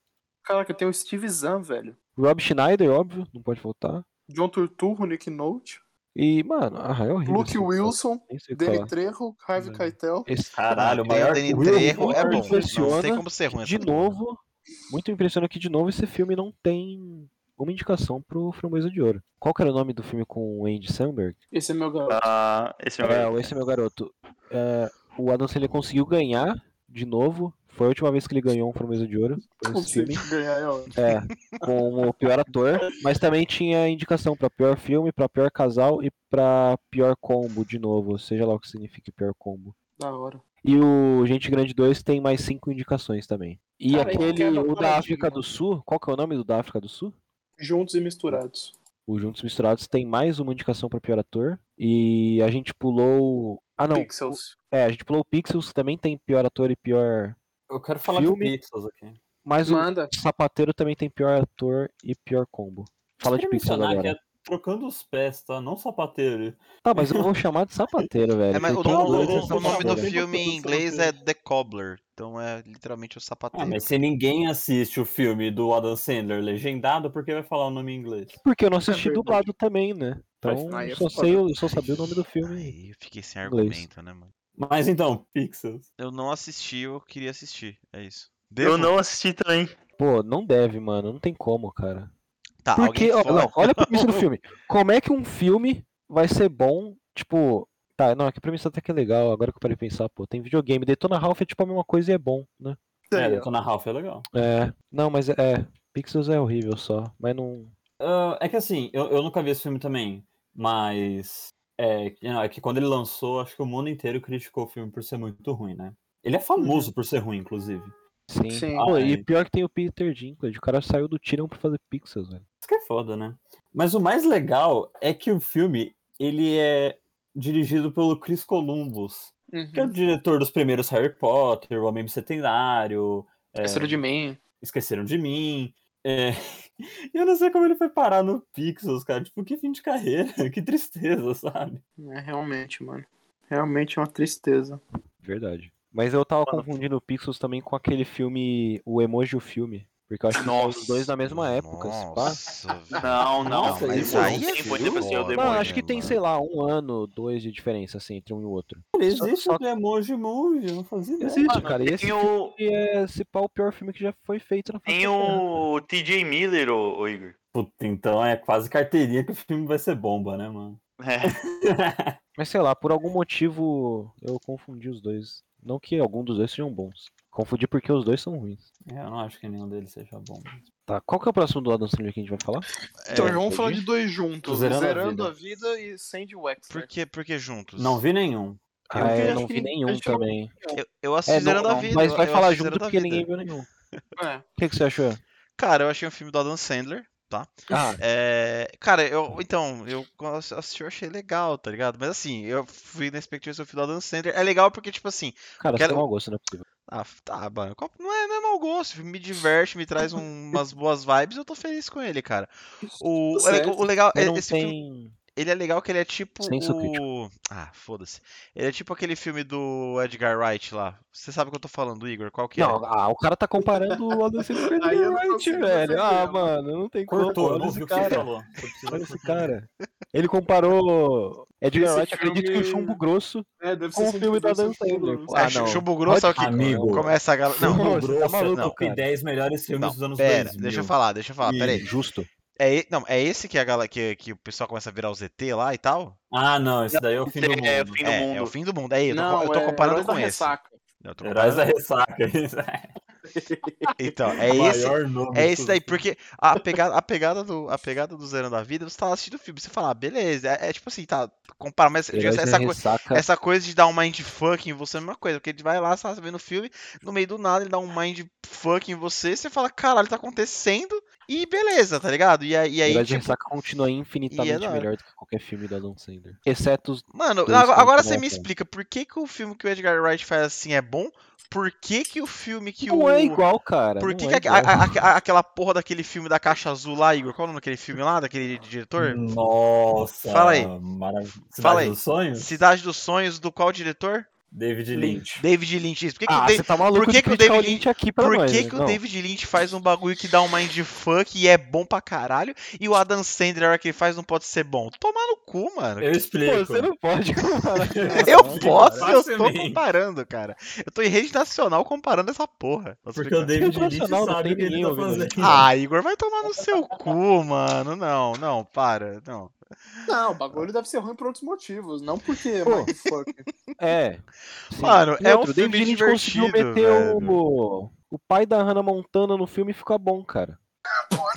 Caraca, tem o Steve Zahn, velho. Rob Schneider, óbvio, não pode faltar. John Turturro, Nick Note. E, mano, ah, é horrível. Luke esse filme, Wilson. nem sei o que Danny falar. Trejo, Harvey Velho. Keitel. Esse- Caralho, o Tem maior. Danny Will Trejo é Miller bom. Não tem impressiona como ser É ruim De essa porra. novo, muito impressiona que de novo esse filme não tem uma indicação pro Framboesa de Ouro. Qual que era o nome do filme com o Andy Samberg? Esse é meu garoto. Ah, esse é o É, meu. o esse é meu garoto. É, o Adam Sandler conseguiu ganhar de novo. Foi a última vez que ele ganhou um Framboesa de Ouro. por esse filme. Consegui ganhar, é ótimo. É, com o pior ator, mas também tinha indicação pra pior filme, pra pior casal e pra pior combo de novo, seja lá o que significa pior combo. Da hora. E o Gente Grande 2 tem mais cinco indicações também. E Cara, aquele, eu quero o da paradinha. África do Sul, qual que é o nome do da África do Sul? Juntos e misturados. O Juntos Misturados tem mais uma indicação pra pior ator. E a gente pulou. Ah, não. Pixels. É, a gente pulou o Pixels, que também tem pior ator e pior. Eu quero falar Filme. de Pixels aqui. Mas o Manda. Sapateiro também tem pior ator e pior combo. Fala de Queria Pixels mencionar agora. que é trocando os pés, tá? Não sapateiro. Tá, mas eu vou chamar de sapateiro, velho. É, mas o, porque nome- dois o- é o nome do sapateiro. filme em inglês é The Cobbler. Então é literalmente o Ah, sapateiro. mas se ninguém assiste o filme do Adam Sandler legendado, por que vai falar o nome em inglês? Porque eu é não assisti verdade. dublado também, né? Então, Aí é só foda. sei, eu só sabia o nome do filme. Aí eu fiquei sem Inglês. argumento, né, mano? Mas então, Pixels. Eu não assisti, eu queria assistir. É isso. Eu Devo? não assisti também. Pô, não deve, mano. Não tem como, cara. Tá, Porque, alguém ó, fora. não, olha a premissa do filme. Como é que um filme vai ser bom, tipo... Tá, não, é que a premissa até que é legal. Agora que eu parei de pensar, pô, tem videogame. Detona Ralph é tipo a mesma coisa e é bom, né? É, Aí, ó. Detona Ralph é legal. É, não, mas é... é, Pixels é horrível só, mas não... Ah, é que assim, eu, eu nunca vi esse filme também, mas é, que- não, é que quando ele lançou, acho que o mundo inteiro criticou o filme por ser muito ruim, né? Ele é Uhum. famoso por ser ruim, inclusive. Sim. Sim. Pô, Ah, e é. pior que tem o Peter Dinklage. O cara saiu do Tyrion pra fazer Pixels, velho. Isso que é foda, né? Mas o mais legal é que o filme, ele é dirigido pelo Chris Columbus, que é o Uhum. diretor dos primeiros Harry Potter, O Homem Bicentenário, é, Esqueceram de mim. Esqueceram de Mim. é. E eu não sei como ele foi parar no Pixels, cara. Tipo, que fim de carreira, que tristeza, sabe? É, realmente, mano. Realmente é uma tristeza. Verdade. Mas eu tava Mano. confundindo o Pixels também com aquele filme, o Emoji o filme. Porque eu acho que saiu os Nossa. dois na mesma época, se pá. Nossa, velho. Não, não. Nossa, Não, isso não aí tem é tempo ainda pra ser foda. o demônio. Mano, Emoji, acho que tem, mano. sei lá, um ano, dois de diferença, assim, entre um e o outro. Cara, Só- existe só- o Emoji Movie, eu não fazia ideia. Existe, Mano, cara. E esse tem o, filme é, se pá, o pior filme que já foi feito na face tem da Terra. o TJ Miller, ô, ô Igor. Puta, então é quase carteirinha que o filme vai ser bomba, né, mano? É. Mas sei lá, por algum motivo eu confundi os dois. Não que algum dos dois sejam bons. Confundi porque os dois são ruins. É, eu não acho que nenhum deles seja bom. Tá, qual que é o próximo do Adam Sandler que a gente vai falar? Então, É, vamos falar entendi. de dois juntos. Zerando a Zerando a vida, e Sandy por Wexler. que, por que juntos? Não vi nenhum. Eu Ah, eu acho não que vi ninguém nenhum achou. também. Eu, eu assisti É, não, Zerando a não, Vida. mas vai eu falar assisti junto Zerando a porque Vida. ninguém viu nenhum. O É. que, que você achou? Cara, eu achei um filme do Adam Sandler. Ah, É, cara, Hum. eu então, eu ass- assisti, eu achei legal, tá ligado? Mas assim, eu fui na expectativa de ser o filme do Adam Sandler. É legal porque, tipo assim, cara, você Quero- tem mau gosto, não é possível. ah, f- tá, mano, qual- não é, não é mau gosto, o filme me diverte, me traz um- umas boas vibes, eu tô feliz com ele, cara. O, Tá é- certo. o legal é Mas não esse tem. filme, Ele é legal que ele é tipo Senso o... Ah, foda-se. Ele é tipo aquele filme do Edgar Wright lá. Você sabe o que eu tô falando, Igor? Qual que é? Não, ah, o cara tá comparando o Adolescente com o Aí eu não Wright, consigo velho. Ah, defendê-lo. mano, não tem como. Cortou, Olha não ouvi esse o que você cara. falou. Você precisa Olha esse cortar. cara. Ele comparou Edgar Esse Wright, acredito que o filme- Chumbo Grosso. É, deve Com o filme da Dan Sandler. Ah, é, chu- não. Chumbo Grosso é o que Amigo. começa a galera. Não, Não, não, Não, você grosso, tá maluco, não. cara. Top 10 melhores filmes não, dos anos pera, 2000. deixa eu falar, deixa eu falar, E- peraí. Justo. É, e- não, é esse que, a gala, que, que o pessoal começa a virar o ZT lá e tal? Ah, não, esse daí é o fim do mundo. É, é o fim do é, mundo. é o fim do mundo. É, eu tô, Não, eu tô é comparando Heróis da com esse. Ressaca. Eu tô Heróis da comparando- ressaca. isso é Então, é o esse, maior nome É de esse daí, todos. porque a pegada, a pegada do a pegada do Zero da Vida, você tá lá assistindo o filme, você fala, ah, beleza, é, é tipo assim, tá, compara, mas eu digo, Heróis essa, da essa, coi- Ressaca. essa coisa de dar um mind fuck em você é a mesma coisa, porque ele vai lá, você tá vendo o filme, no meio do nada ele dá um mind fuck em você, você fala, caralho, tá acontecendo, e beleza, tá ligado? E, aí- e aí, Heróis da tipo, é Ressaca continua infinitamente da hora. melhor do que qualquer filme do Adam Sandler. Exceto os... mano, dois agora, agora você pontos, me né, cara? explica, por que que o filme que o Edgar Wright faz assim é bom, por que que o filme que Não o... é igual, cara. Por não que, é que a- a- igual. a- a- aquela porra daquele filme da Caixa Azul lá, Igor? Qual é o nome daquele filme lá, daquele diretor? Hum. Nossa. Fala aí. marav- Cidade Fala aí. dos Sonhos? Cidade dos Sonhos, do qual diretor? David Lynch. David Lynch. Isso. Por que, que, Ah, o, Da- você tá por maluco que de que o criticar David Lynch aqui pra por nós, que né? que o Não. David Lynch faz um bagulho que dá um mindfuck e é bom pra caralho, e o Adam Sandler, a hora que ele faz, não pode ser bom? Tomar no cu, mano. Eu explico. Pô, você não pode comparar. Eu Não, posso, cara, eu tô facilmente. comparando, cara. Eu tô em rede nacional comparando essa porra. Vou Porque explicar. o David Lynch Internacional, não sabe tem o que ele ninguém tá ouvindo fazendo. Ah, Igor, vai tomar no seu cu, mano. Não, não, para, não. Não, o bagulho deve ser ruim por outros motivos, não porque Pô. mind fuck. É. Sim. Mano, E é um outro, filme David Lynch conseguiu divertido, meter o... o pai da Hannah Montana no filme e fica bom, cara.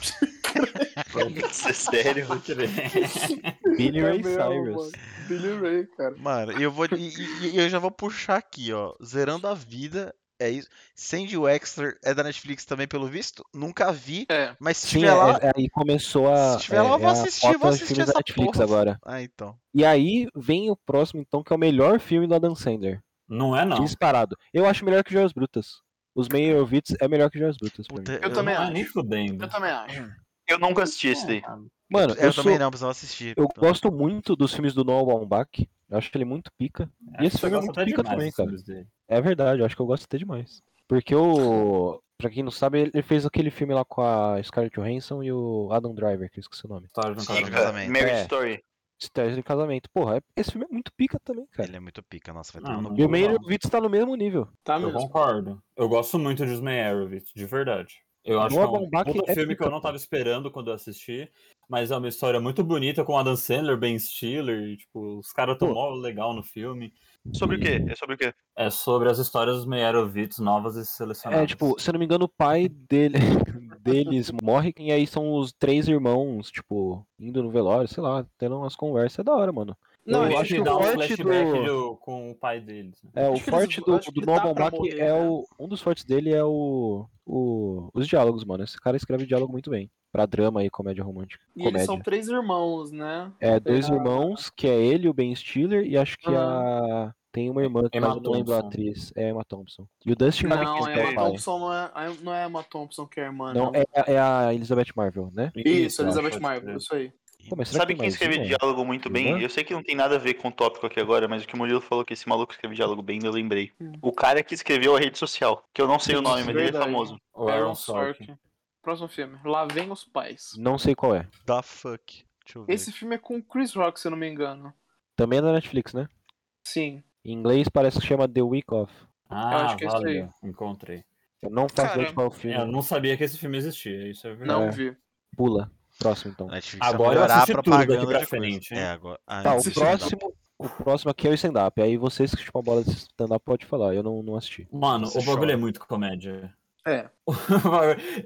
Isso é sério? Billy É Ray mesmo, Cyrus. mano. Billy Ray, cara. Mano, e eu vou e, e- e eu já vou puxar aqui, ó. Zerando a vida, é isso. Sandy Wexler é da Netflix também, pelo visto. Nunca vi, É, mas se Sim, tiver lá, é- é- aí começou a. se tiver lá, eu é- vou é a assistir, eu vou cota de assistir filmes da essa Netflix porra. agora. ah, então. E aí vem o próximo, então, que é o melhor filme do Adam Sandler. Não é, não. Disparado. Eu acho melhor que Joias Brutas. Os Meyerowitz é melhor que Joias Brutas. pra mim. Puta, Eu também Não é acho. nem fudendo. eu também acho. Eu nunca assisti esse daí. Mano, É, eu, eu, também sou- não, precisava assistir. eu então. gosto muito dos filmes do Noah Baumbach. Eu acho que ele é muito pica. E Acho que esse você filme é gosta muito até pica tá demais também, dos cara. filmes dele. É verdade, eu acho que eu gosto até demais. Porque o. Pra quem não sabe, ele fez aquele filme lá com a Scarlett Johansson e o Adam Driver, que eu esqueci o nome. História de um tá. Sim, cara. cara. casamento. Marriage É. Story. Estresse de casamento. Porra, é- esse filme é muito pica também, cara. Ele é muito pica, nossa, vai tomar Ah, no não. E o cu. Meyerowitz tá no mesmo nível. Tá Eu mesmo. concordo. Eu gosto muito de Os Meyerowitz, de verdade. Eu acho que é Noah um Baumbach puta é filme que pica, eu não tava esperando quando eu assisti, mas é uma história muito bonita com Adam Sandler, Ben Stiller, e, tipo, os caras tão Pô. mó legal no filme. Sobre o quê? É sobre o quê? É sobre as histórias dos Meyerowitz novas e selecionadas. É, tipo, se eu não me engano, o pai dele, deles morre, e aí são os três irmãos, tipo, indo no velório, sei lá, tendo umas conversas. É da hora, mano. Não, eu eu Ele acho que te o dá um forte flashback do- do- com o pai deles. né? É, o Acho que forte eles- do, acho do que Noah dá pra Baumbach morrer, é né? o. Um dos fortes dele é o, o. Os diálogos, mano. Esse cara escreve diálogo muito bem. Pra drama e comédia romântica. E eles comédia. são três irmãos, né? É, dois Ah. irmãos, que é ele, o Ben Stiller, e acho que Ah. a. Tem uma irmã, que Emma eu não lembro a Thompson. atriz. É a Emma Thompson. E o Dustin Não, Hopkins é que é Emma o pai. Thompson não é, não é Emma Thompson que é a irmã, não. Não, é, a- é a Elizabeth Marvel, né? Isso, eu Elizabeth acho, Marvel, né? isso aí. Pô, mas será Sabe que quem tem mais escreve uma? diálogo muito Irmã? bem? Eu sei que não tem nada a ver com o tópico aqui agora, mas o que o Murilo falou que esse maluco escreve diálogo bem, eu lembrei. Hum. O cara que escreveu a rede social, que eu não sei o nome, mas ele é Verdade. famoso. O Aaron Sorkin. Próximo filme, Lá Vem os Pais. Não sei qual é. Da fuck. Deixa eu ver. Esse filme é com o Chris Rock, se eu não me engano. Também é da Netflix, né? Sim. Em inglês parece que chama The Week Off. Ah, acho que é isso valeu. Encontrei. Eu não faço Cara, ideia de qual é o filme. Eu não sabia que esse filme existia, isso é verdade. Não É. vi. Pula. Próximo, então. A Netflix vai Agora eu melhorar a assisti tudo daqui propaganda pra de coisa. frente, hein? É, agora. Ah, Tá, esse o filme não. próximo, o próximo aqui é o stand-up. Aí vocês que chupam a bola de stand-up pode falar. Eu não, não assisti. Mano, Você o bagulho chora. é muito comédia. É.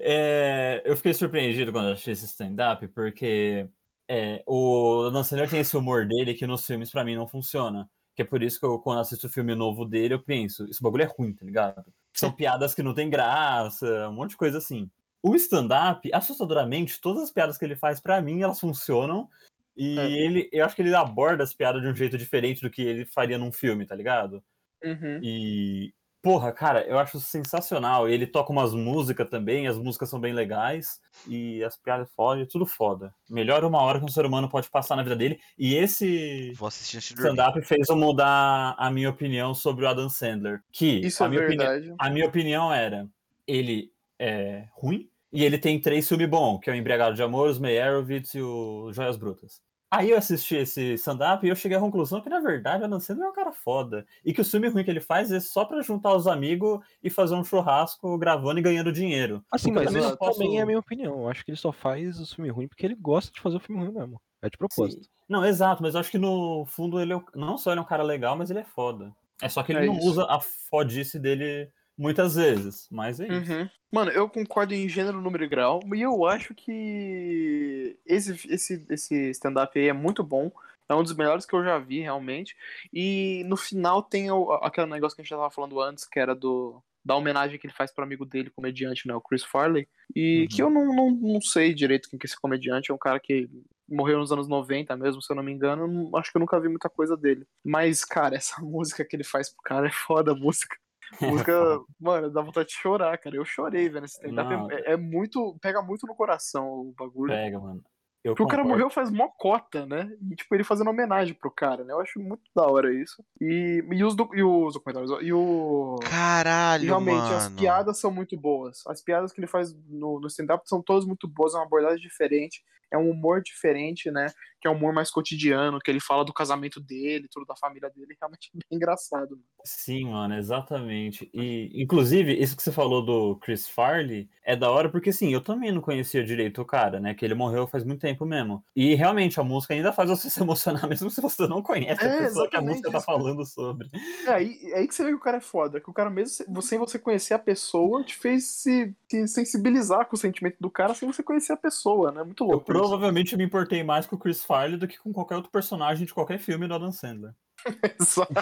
É, eu fiquei surpreendido quando eu achei esse stand-up, porque é, o Adam Sandler tem esse humor dele que nos filmes pra mim não funciona. Que é por isso que eu, quando assisto o filme novo dele, eu penso, esse bagulho é ruim, tá ligado? São piadas que não tem graça, um monte de coisa assim. O stand-up, assustadoramente, todas as piadas que ele faz, pra mim, elas funcionam. E É. ele, eu acho que ele aborda as piadas de um jeito diferente do que ele faria num filme, tá ligado? Uhum. E Porra, cara, eu acho sensacional. Ele toca umas músicas também, as músicas são bem legais. E as piadas foda, tudo foda. Melhor uma hora que um ser humano pode passar na vida dele. E esse Vou assistir antes de dormir. stand-up fez eu mudar a minha opinião sobre o Adam Sandler. Que Isso a é minha opinião- verdade. a minha opinião era: ele é ruim e ele tem três filmes bons, que é o Embriagado de Amor, os Meyerowitz e o Joias Brutas. Aí eu assisti esse stand-up e eu cheguei à conclusão que, na verdade, o Adam Sandler é um cara foda. E que o filme ruim que ele faz é só pra juntar os amigos e fazer um churrasco gravando e ganhando dinheiro. Assim, Porque Então, eu mas também isso não posso- também é a minha opinião. Eu acho que ele só faz os filmes ruins porque ele gosta de fazer o filme ruim mesmo. É de propósito. Não, exato, mas eu acho que no fundo ele é um- não só ele é um cara legal, mas ele é foda. É só que ele É não isso. usa a fodice dele muitas vezes, mas é isso. Uhum. Mano, eu concordo em gênero, número e grau, e eu acho que esse, esse, esse stand-up aí é muito bom. É um dos melhores que eu já vi, realmente. E no final tem o- a- aquele negócio que a gente já tava falando antes, que era do da homenagem que ele faz pro amigo dele, comediante, né, o Chris Farley. E Uhum. que eu não, não, não sei direito quem que é esse comediante, é um cara que morreu nos anos 90 mesmo, se eu não me engano. eu não- acho que eu nunca vi muita coisa dele. Mas, cara, essa música que ele faz pro cara é foda a música. Uhum. É Música, mano, dá vontade de chorar, cara. Eu chorei, velho. Esse stand-up é- Não, é, é muito. Pega muito no coração o bagulho. Pega, mano. Eu Porque o cara é concordo. morreu faz mó cota, né? E, tipo, ele fazendo homenagem pro cara, né? Eu acho muito da hora isso. E, e, os, do, e os documentários. ó, E o. Caralho, e realmente, mano. as piadas são muito boas. As piadas que ele faz no, no stand-up são todas muito boas, é uma abordagem diferente, é um humor diferente, né? Que é um humor mais cotidiano, que ele fala do casamento dele, tudo da família dele. Realmente é bem engraçado. Sim, mano, exatamente. E, inclusive, isso que você falou do Chris Farley é da hora, porque sim, eu também não conhecia direito o cara, né? Que ele morreu faz muito tempo mesmo. E realmente a música ainda faz você se emocionar, mesmo se você não conhece É, a pessoa que a exatamente música tá isso, cara. falando sobre. É aí, é aí que você vê que o cara é foda, que o cara mesmo se- sem você conhecer a pessoa te fez se, se sensibilizar com o sentimento do cara sem você conhecer a pessoa, né? Muito Eu louco. isso. provavelmente me importei mais com o Chris Farley do que com qualquer outro personagem de qualquer filme do Adam Sandler. Exato.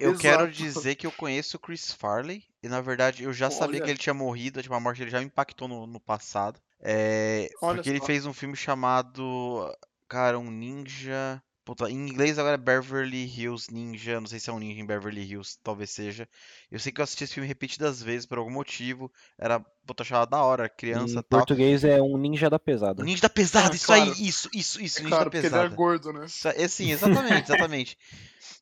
Eu Exato. quero dizer que eu conheço o Chris Farley. E na verdade eu já sabia que Olha. ele tinha morrido, tipo, a morte dele já me impactou no, no passado. É, Olha porque ele só. fez um filme chamado. Cara, um ninja. Puta, em inglês agora é Beverly Hills Ninja. Não sei se é um ninja em Beverly Hills, talvez seja. Eu sei que eu assisti esse filme repetidas vezes por algum motivo. Era, puta, eu achava da hora, criança Em e tá tal. português é um ninja da pesada. Ninja da pesada, Ah, isso claro. aí, isso, isso, isso, É ninja claro, da porque ele era pesada. gordo, né? Sa- É sim, exatamente, exatamente.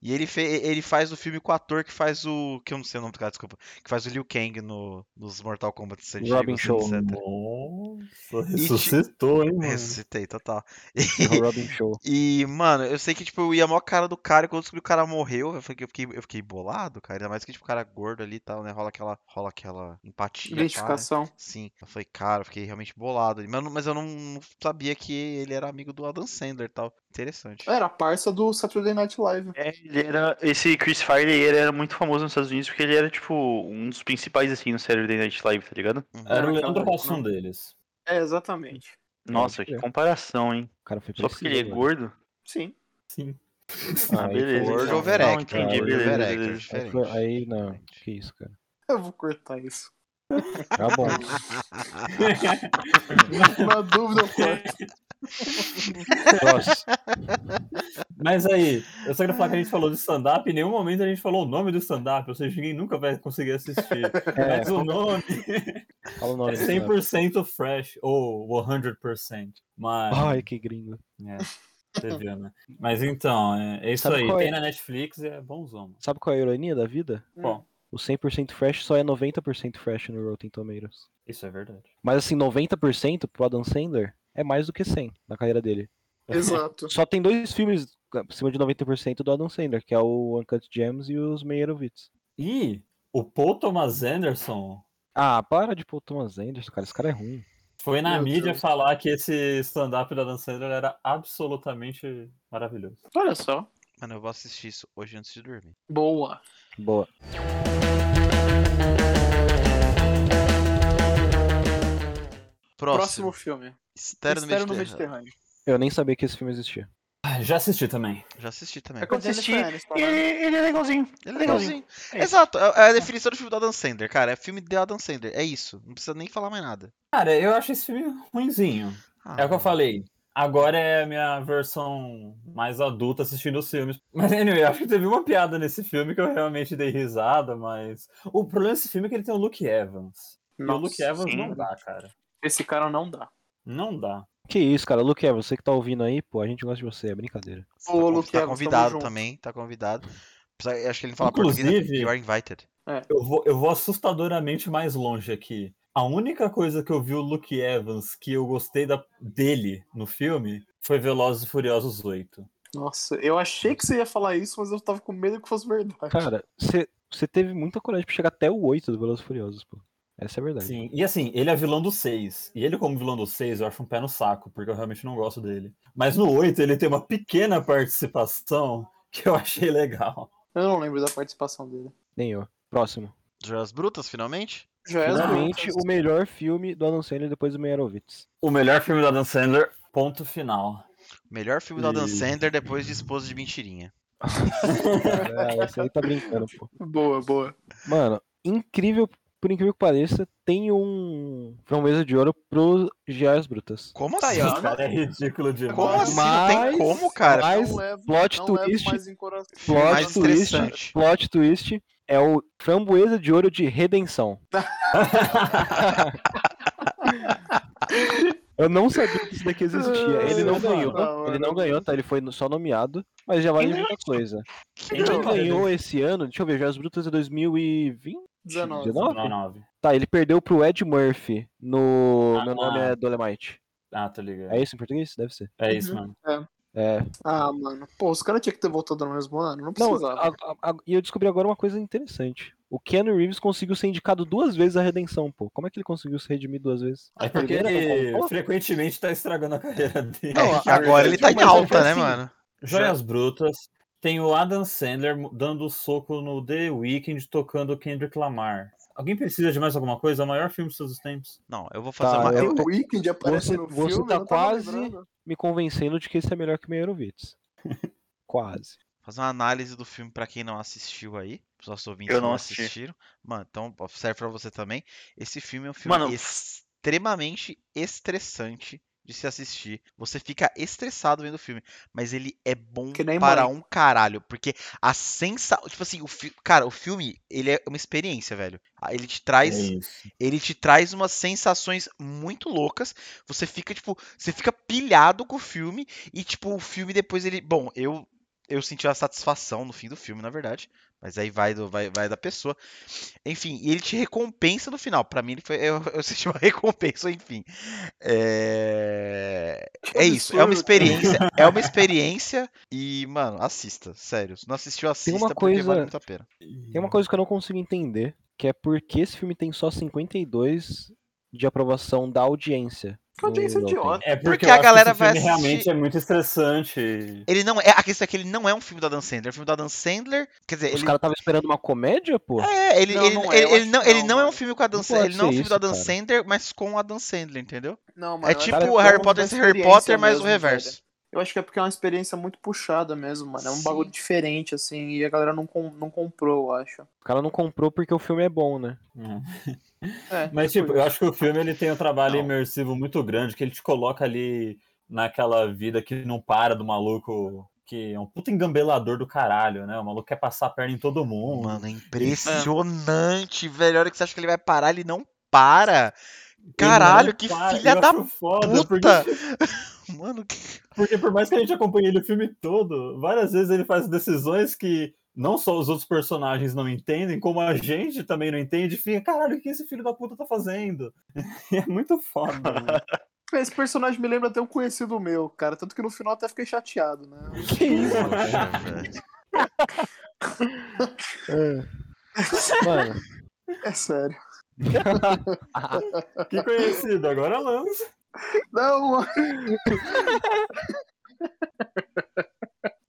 E ele, fe- ele faz o filme com o ator que faz o. Que eu não sei o nome do cara, desculpa. Que faz o Liu Kang no, nos Mortal Kombat antigos, Robin Shaw. etc. Nossa, E te- ressuscitou, hein, mano? Ressuscitei, total. É o Robin Show. E, mano, eu sei que, tipo, eu ia mó cara do cara, e quando eu descobri que o cara morreu, eu fiquei, eu fiquei, eu fiquei bolado, cara. Ainda mais que, tipo, o cara é gordo ali e tal, né? Rola aquela, rola aquela empatia, pá, né? Identificação. Sim. Eu falei, cara, eu fiquei realmente bolado. Mas, eu não- mas eu não sabia que ele era amigo do Adam Sandler e tal. Interessante. Era parça do Saturday Night Live. É, ele era, esse Chris Farley ele era muito famoso nos Estados Unidos porque ele era, tipo, um dos principais, assim, no Saturday Night Live, tá ligado? Uhum. Era Era o Leandro aquela- Hassum deles. É, exatamente. Nossa, Pode que crer. comparação, hein? O cara foi Só porque ele é gordo? Sim. Sim. Ah, né? beleza. Gordo então. overactor, Não, entendi, gordo beleza, overactor. beleza. Aí, diferente. foi- aí não, Diferente. que isso, cara. Eu vou cortar isso. Tá bom. Na dúvida, eu corto. Próximo. Mas aí, eu só queria falar que a gente falou de stand-up, em nenhum momento a gente falou o nome do stand-up, ou seja, ninguém nunca vai conseguir assistir. É, Mas o nome fala o é nome. do cara. 100% fresh, ou 100%. Mas, Ai, que gringo. é, você viu, né? Mas então, é, é isso Sabe aí. qual é? Tem na Netflix e é bonzão. Sabe qual é a ironia da vida? Bom, O 100% fresh só é 90% fresh no Rotten Tomatoes. isso é verdade. Mas assim, 90% pro Adam Sandler é mais do que 100 na carreira dele. Exato. Só tem dois filmes acima de 90% do Adam Sandler, que é o Uncut Gems e os Meyerowitz. E o Paul Thomas Anderson Ah, para de pôr o Thomas Anderson, cara. Esse cara é ruim. foi na Meu mídia Deus. falar que esse stand-up da Dan Sandler era absolutamente maravilhoso. Olha só. Mano, eu vou assistir isso hoje antes de dormir. Boa. Boa. Próximo, Próximo. filme. Estéreo Mistério no Mediterrâneo. Mediterrâneo. Eu nem sabia que esse filme existia. Ah, já assisti também. Já assisti também. É com a assisti. Jennifer Aniston, E né? ele, ele é legalzinho. É legalzinho. legalzinho. É isso. Exato, é é a definição do filme do Adam Sandler, cara. É filme de Adam Sandler. É isso. Não precisa nem falar mais nada. Cara, eu acho esse filme ruinzinho. Ah, É o que eu falei. Agora é a minha versão mais adulta assistindo os filmes. Mas, anyway, acho que teve uma piada nesse filme que eu realmente dei risada, mas. O problema desse filme é que ele tem o Luke Evans. e o Luke Evans sim. não dá, cara. é, Esse cara não dá. Não dá. Que isso, cara. Luke, é você que tá ouvindo aí, pô, a gente gosta de você, é brincadeira. Você Ô, tá, con- Luque, tá tamo convidado junto. também, tá convidado. Precisa- Acho que ele não fala português, né? Inclusive- You are invited. Eu vou, eu vou assustadoramente mais longe aqui. A única coisa que eu vi o Luke Evans que eu gostei da- dele no filme foi Velozes e Furiosos 8. Nossa, eu achei que você ia falar isso, mas eu tava com medo que fosse verdade. Cara, você teve muita coragem pra chegar até o 8 do Velozes e Furiosos, pô. Essa é a verdade. Sim, e assim, ele é vilão do 6. E ele, como vilão do 6, eu acho um pé no saco, porque eu realmente não gosto dele. Mas no 8, ele tem uma pequena participação que eu achei legal. Eu não lembro da participação dele. Nem eu. Próximo. Joias Brutas, finalmente? Joias Finalmente, Brutas. o melhor filme do Adam Sandler depois do Meyerowitz. O melhor filme da Dan Sandler, ponto final. Melhor filme do Adam E- Sandler depois de Esposa de Mentirinha. Ah, esse aí tá brincando, pô. Boa, boa. Mano, incrível, por incrível que pareça, tem um promesa de ouro pro Gias Brutas. Como Tá aí, assim? ó. Esse cara é ridículo demais. Como assim? não Mas- tem como, cara. mas- levo, plot não levo twist, mais em coração. Filme plot mais twist. estressante. Plot twist é o framboesa de ouro de redenção. Eu não sabia que isso daqui existia. Ele não Não, não, ganhou, ele não. não ganhou, tá? Ele foi no- só nomeado, mas já vale Quem muita coisa. Quem Quem ganhou? ganhou esse ano, deixa eu ver, Gias Brutas é 2020? 19. 19? 19. Tá, ele perdeu pro Ed Murphy no Ah, Meu Nome é Dolemite. Ah, tá ligado. É isso em português? Deve ser. É isso, mano. É, Ah, mano. Pô, os caras tinham que ter voltado no mesmo ano. Não Não, precisava. a- a- a- e eu descobri agora uma coisa interessante. O Keanu Reeves conseguiu ser indicado duas vezes à redenção, pô. Como é que ele conseguiu se redimir duas vezes? É porque primeira ele não contou? frequentemente tá estragando a carreira dele. É, Não, que agora ele tá em mas é alta, né, assim. mano? Joias Brutas. Tem o Adam Sandler mu- dando um soco no The Weeknd tocando Kendrick Lamar. Alguém precisa de mais alguma coisa? É o maior filme de todos os tempos. Não, eu vou fazer Tá, uma. eu- eu- o Weekend aparece você- no você filme, tá eu não tava quase- lembrando. Me convencendo de que esse é melhor que o Meyerowitz. Quase. fazer uma análise do filme pra quem não assistiu aí. Os nossos ouvintes Eu não assisti. assistiram. Mano, então ó, serve pra você também. Esse filme é um filme Mano, extremamente estressante de se assistir. Você fica estressado vendo o filme, mas ele é bom Que nem para mãe. um caralho, porque a sensação, tipo assim, o fi... cara, o filme, ele é uma experiência, velho. Ah, Ele te É traz isso. ele te traz umas sensações muito loucas. Você fica, tipo, você fica pilhado com o filme. E, tipo, o filme depois ele. Bom, eu eu senti a satisfação no fim do filme, na verdade. Mas aí vai, do, vai, vai da pessoa. Enfim, e ele te recompensa no final. Pra mim, ele foi, eu, eu senti uma recompensa, enfim. É, é isso. É uma absurdo, cara. experiência. É uma experiência. E, mano, assista. Sério. Se não assistiu, assista uma porque vale coisa- muito a pena. Tem uma coisa que eu não consigo entender, que é por que esse filme tem só 52 de aprovação da audiência. Que audiência no Rotten. idiota. É porque, Porque eu a acho que galera esse vai filme realmente assistir- é muito estressante. Ele não é, a questão é que ele não é um filme do Adam Sandler. É um filme do Adam Sandler. Quer dizer, Os ele caras estavam esperando uma comédia, pô? É, ele Não, ele não é, ele- eu ele acho não, que ele não, não é um mano. filme com o Adam Não Sandler, pode ele não é um ser filme do isso, Adam cara. Sandler, mas com o Adam Sandler, entendeu? Não, é mano, eu tipo acho que o Harry por Potter conta sem da Harry Potter, experiência mas o mesmo, reverso. velho. Eu acho que é porque é uma experiência muito puxada mesmo, mano. É um Sim. bagulho diferente, assim, e a galera não, com- não comprou, eu acho. O cara não comprou porque o filme é bom, né? É, Mas, tipo, eu acho que o filme ele tem um trabalho Não. imersivo muito grande, que ele te coloca ali naquela vida que não para do maluco, que é um puta engambelador do caralho, né? O maluco quer passar a perna em todo mundo. Mano, é impressionante, velho. A hora que você acha que ele vai parar, ele não para. Ele Caralho, não que para, filha eu da acho foda, puta! Porque, Mano, que- porque por mais que a gente acompanhe ele o filme todo, várias vezes ele faz decisões que não só os outros personagens não entendem, como a gente também não entende, e fica, caralho, o que esse filho da puta tá fazendo? é muito foda, mano. Esse personagem me lembra até um conhecido meu, cara. Tanto que no final até fiquei chateado, né? Que isso? Poxa, velho. É. Mano. É sério. Que conhecido, agora lança. Não,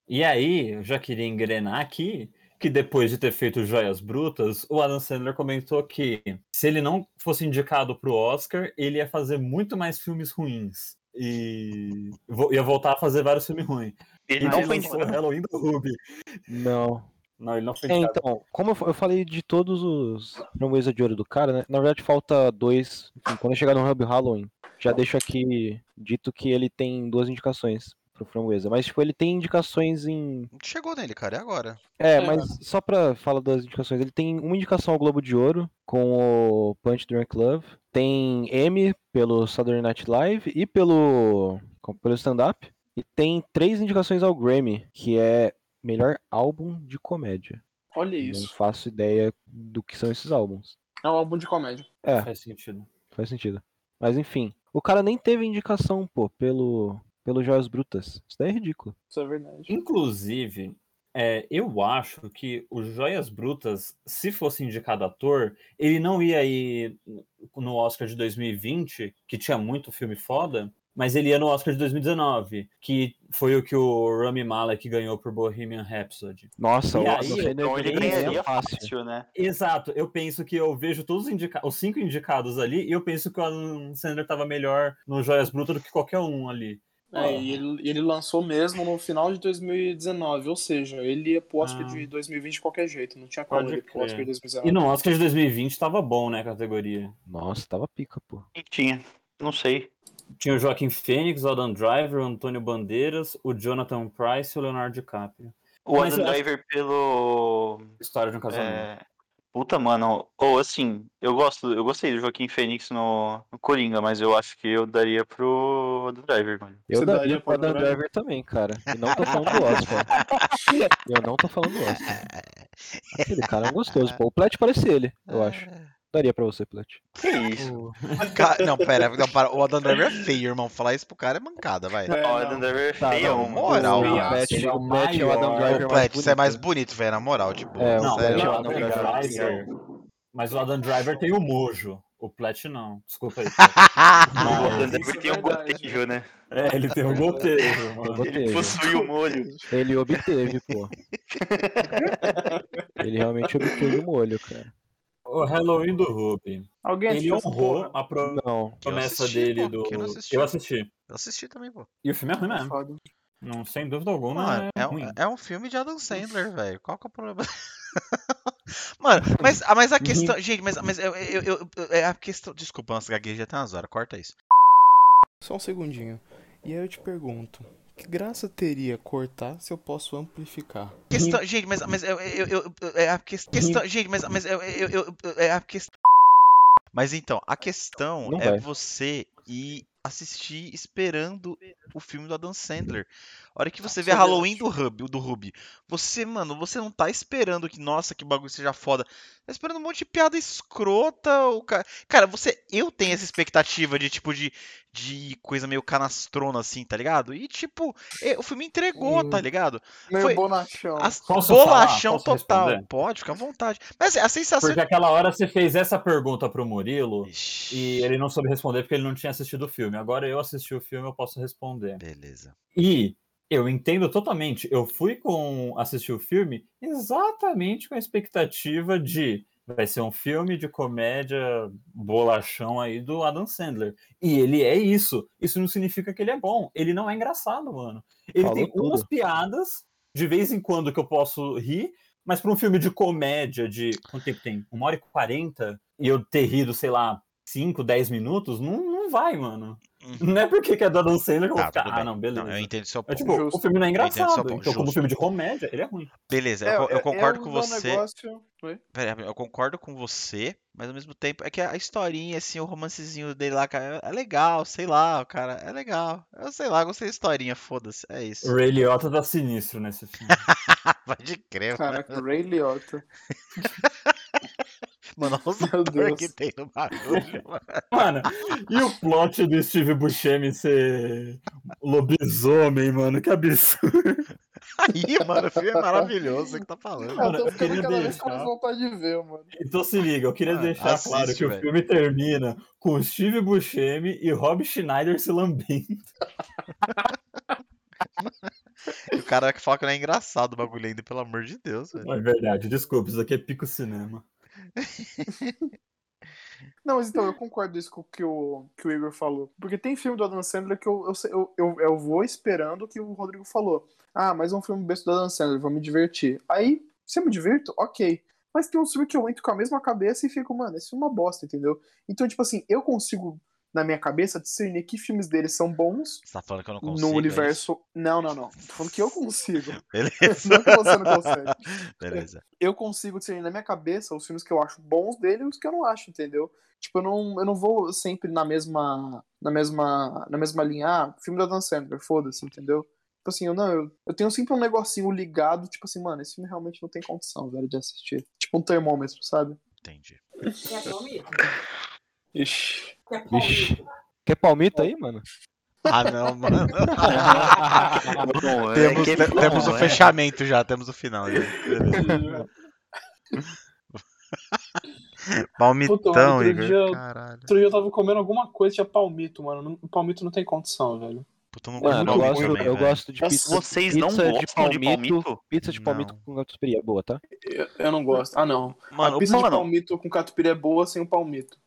E aí, eu já queria engrenar aqui que depois de ter feito Joias Brutas, o Adam Sandler comentou que se ele não fosse indicado pro Oscar, ele ia fazer muito mais filmes ruins. E vo- ia voltar a fazer vários filmes ruins. Ele E não ele foi lançou indicado. Halloween do Ruby. Não. Não, ele não foi É, indicado. então, como eu fa- eu falei de todos os framboesa de ouro do cara, né? Na verdade falta dois, enfim, quando chegar no Hub Halloween. Já deixo aqui dito que ele tem duas indicações pro Framboesa. Mas, tipo, ele tem indicações em Chegou nele, cara, é agora. É, É. mas só pra falar das indicações, ele tem uma indicação ao Globo de Ouro com o Punch Drunk Love, tem M pelo Saturday Night Live e pelo, com- pelo stand-up, e tem três indicações ao Grammy, que é melhor álbum de comédia. Olha Não isso. faço ideia do que são esses álbuns. É um álbum de comédia. É. Faz sentido. Faz sentido. Mas enfim, o cara nem teve indicação, pô, pelo, pelo Joias Brutas. Isso daí é ridículo. Isso é verdade. Inclusive, é, eu acho que o Joias Brutas, se fosse indicado ator, ele não ia ir no Oscar de 2020, que tinha muito filme foda, mas ele ia no Oscar de 2019, que foi o que o Rami Malek ganhou por Bohemian Rhapsody. Nossa, E o aí, Adam então Sandler ele ganha ganharia fácil. né? Exato, eu penso que eu vejo todos os, indica- os cinco indicados ali, e eu penso que o Adam Sandler estava melhor no Joias Brutas do que qualquer um ali. É, e ele, e ele lançou mesmo no final de 2019, ou seja, ele ia pro Oscar Ah. de 2020 de qualquer jeito, não tinha como Pode ele ir pro Oscar de crer. 2019. E no Oscar de 2020 estava bom, né, a categoria. Nossa, tava pica, pô. E tinha. Não sei. Tinha o Joaquim Fênix, o Adam Driver, o Antônio Bandeiras, o Jonathan Price e o Leonardo DiCaprio. O Mas Adam eu acho- Driver pelo. História de um casamento. É... Puta, mano. Ou assim, eu gosto, eu gostei do Joaquim Fênix no, no Coringa, mas eu acho que eu daria pro Adam Driver, mano. Eu Você daria daria pro pro Adam Adam Driver também, cara. E não tô falando do Oscar. Eu não tô falando do Oscar. Aquele cara é um gostoso, pô. O Plat parece ele, É. eu acho. Daria pra você, Plat. Que isso? Ca- Não, pera, não, para. O Adam Driver é feio, irmão. Falar isso pro cara é mancada, vai. É, Ó, o não. Adam Driver é Tá, feio, não, mano. Moral, o mano. Plat, Ele é o o Plat é o Adam maior. Driver Ô, Plat, você é mais bonito. né? bonito, velho, na moral, tipo. É, Não, sério. mas o Não, Adam não, não, Driver. Mas o Adam Driver tem o mojo. O Plat não. Desculpa aí. é. O Não, isso Adam Driver é tem um verdade. gotejo, né? é, ele tem o goteiro, mano. Ele Gotejo. possui o molho. Ele obteve, pô. Ele realmente obteve o molho, cara. O Halloween do Ruby. Alguém Ele assistiu essa honrou porra? a pro- Não. promessa assisti, dele pô, do. quem não assistiu? Eu assisti. Eu assisti também, pô. E o filme é ruim É mesmo. foda. Não, sem dúvida alguma. Mano, é, é, ruim. um, é um filme de Adam Sandler, velho. Qual que é o problema? Mano, mas, ah, mas a questão. Gente, mas, mas eu, eu, eu- eu- é a questão. Desculpa, nossa, gaguejei até umas horas. Corta isso. Só um segundinho. E aí eu te pergunto, que graça teria cortar se eu posso amplificar? Questão, gente, mas, mas eu, eu, eu- eu- é a ques- questão, gente, mas, mas eu, eu, eu- eu- é a questão. Mas então, a questão Não é vai. você ir assistir esperando o filme do Adam Sandler. A hora que você vê Isso é Halloween do Ruby, do Ruby, você, mano, você não tá esperando que, nossa, que bagulho seja foda. Tá esperando um monte de piada escrota, o cara. Cara, você. Eu tenho essa expectativa de tipo de, de coisa meio canastrona, assim, tá ligado? E tipo, é, o filme entregou, tá Hum. ligado? Meio Foi- bonachão. As... Posso Bolachão falar? Posso total. responder? Pode, fica à vontade. Mas assim, a sensação. Porque aquela hora você fez essa pergunta pro Murilo Ixi, e ele não soube responder porque ele não tinha assistido o filme. Agora eu assisti o filme, eu posso responder. Beleza. E eu entendo totalmente. Eu fui com assistir o filme exatamente com a expectativa de vai ser um filme de comédia bolachão aí do Adam Sandler. E ele é isso. Isso não significa que ele é bom. Ele não é engraçado, mano. Ele Falou tem tudo. umas piadas de vez em quando que eu posso rir, mas para um filme de comédia de quanto tempo tem? Uma hora e quarenta e eu ter rido, sei lá, 5, 10 minutos, não, não vai, mano. Uhum. Não é porque que é do Adam Sandler que eu vou Tá, ficar. tudo Ah, bem. não, beleza. Não, eu entendo seu É ponto. tipo, Justo. o filme não é Eu entendo seu engraçado. ponto, Então, como justo. filme de comédia, ele é ruim. Beleza, É, eu, co- eu é- concordo é com um você. negócio- Oi? Pera, eu concordo com você, mas ao mesmo tempo é que a historinha, assim, o romancezinho dele lá, cara, é legal, sei lá, cara, é legal. Eu sei lá, gostei da historinha, foda-se. É O isso. Ray Liotta tá sinistro nesse filme. Pode crer, mano. Caraca, Ray Liotta. Mano, olha os Meu atores que Deus. tem no bagulho, mano. mano, e o plot do Steve Buscemi ser lobisomem, mano? Que absurdo. Aí, mano, o filme é maravilhoso, você que tá falando. Cara, eu eu tô ficando queria cada vez com mais deixar- vontade de ver, mano. Então se liga, eu queria Mano, deixar claro assiste, que velho. o filme termina com o Steve Buscemi e Rob Schneider se lambendo. E o cara que fala que não é engraçado o bagulho ainda, pelo amor de Deus, velho. É verdade, desculpa, isso aqui é pico cinema. Não, mas então, eu concordo isso com o que o, que o Igor falou. Porque tem filme do Adam Sandler que eu, eu, sei- eu, eu, eu vou esperando o que o Rodrigo falou. Ah, mais um filme besta do Adam Sandler, vou me divertir. Aí, se eu me divirto, ok. Mas tem um filme que eu entro com a mesma cabeça e fico, mano, esse filme é uma bosta, entendeu? Então, tipo assim, eu consigo na minha cabeça discernir que filmes deles são bons Você tá falando que eu não consigo. no é universo. Não, não, não. Tô falando que eu consigo. isso? Beleza. Não que você não consegue. Beleza. Eu consigo discernir na minha cabeça os filmes que eu acho bons dele e os que eu não acho, entendeu? Tipo, eu não, eu não vou sempre na mesma. Na mesma. Na mesma linha. Ah, filme da Dan Sandler, foda-se, entendeu? Tipo assim, eu não, eu, eu tenho sempre um negocinho ligado, tipo assim, mano, esse filme realmente não tem condição, velho, de assistir. Tipo um termômetro, sabe? Entendi. Quer palmito? Ixi. Quer Ixi. palmito? Quer palmito aí, mano? Ah, não, mano. Bom, é temos que é te- bom, temos o é. fechamento já, temos o final. né? já. Puta, Palmitão, mano, outro Igor. dia eu- Caralho. Outro dia eu tava comendo alguma coisa, tinha palmito, mano. Não- Palmito não tem condição, velho. Puta, eu não Mano, eu gosto gosto, também, eu velho. gosto de Nossa, pizza. vocês não pizza de gostam de palmito? palmito? Pizza de palmito Não. com catupiry é boa, tá? Eu, eu não gosto. Ah, não. Mano, Pizza de mano. palmito com catupiry é boa sem o palmito.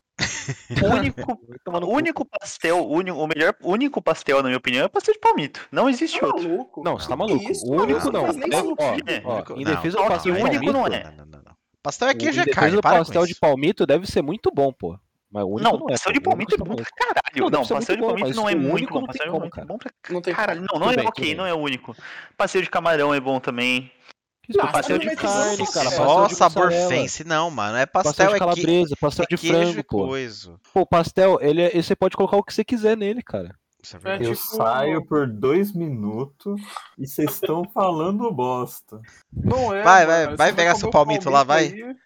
O único, Vai tomar no o cu. único pastel, o único, o melhor, o único pastel, na minha opinião, é pastel de palmito. Não existe Tá outro. maluco? Não, você tá maluco. isso, o único mano, não. faz nem Deve- ó, sentido. É. ó, Único- em não. defesa Ó, do que pastel de o único palmito. não o- é. Não, não, não. Pastel é queijo em e defesa carne, do para com pastel de isso. palmito deve ser muito bom, pô. Mas o único Não, não é. pastel de pô. O palmito único é bom não pra é. caralho. Não, Não, deve ser pastel de muito bom, palmito mas não é o muito único bom. não tem Pastel de como, palmito é cara. bom pra Não tem caralho. Não, Tudo não é bem, tudo ok, bem. não é o único. Pastel de camarão é bom também. Isso, Ah, pastel você de não vai dizer carne, isso, cara. cara. é Só Pastel de sabor mussarela, fancy, não, mano. É Pastel pastel, de é, que... calabresa, pastel é de queijo frango, e pô. coisa. Pô, o pastel, ele, é- você pode colocar o que você quiser nele, cara. Isso é Eu verdade. tipo- saio por dois minutos e vocês estão falando bosta. Não é. Vai, mano. vai- Você vai pegar comer seu o palmito lá, vai. aí,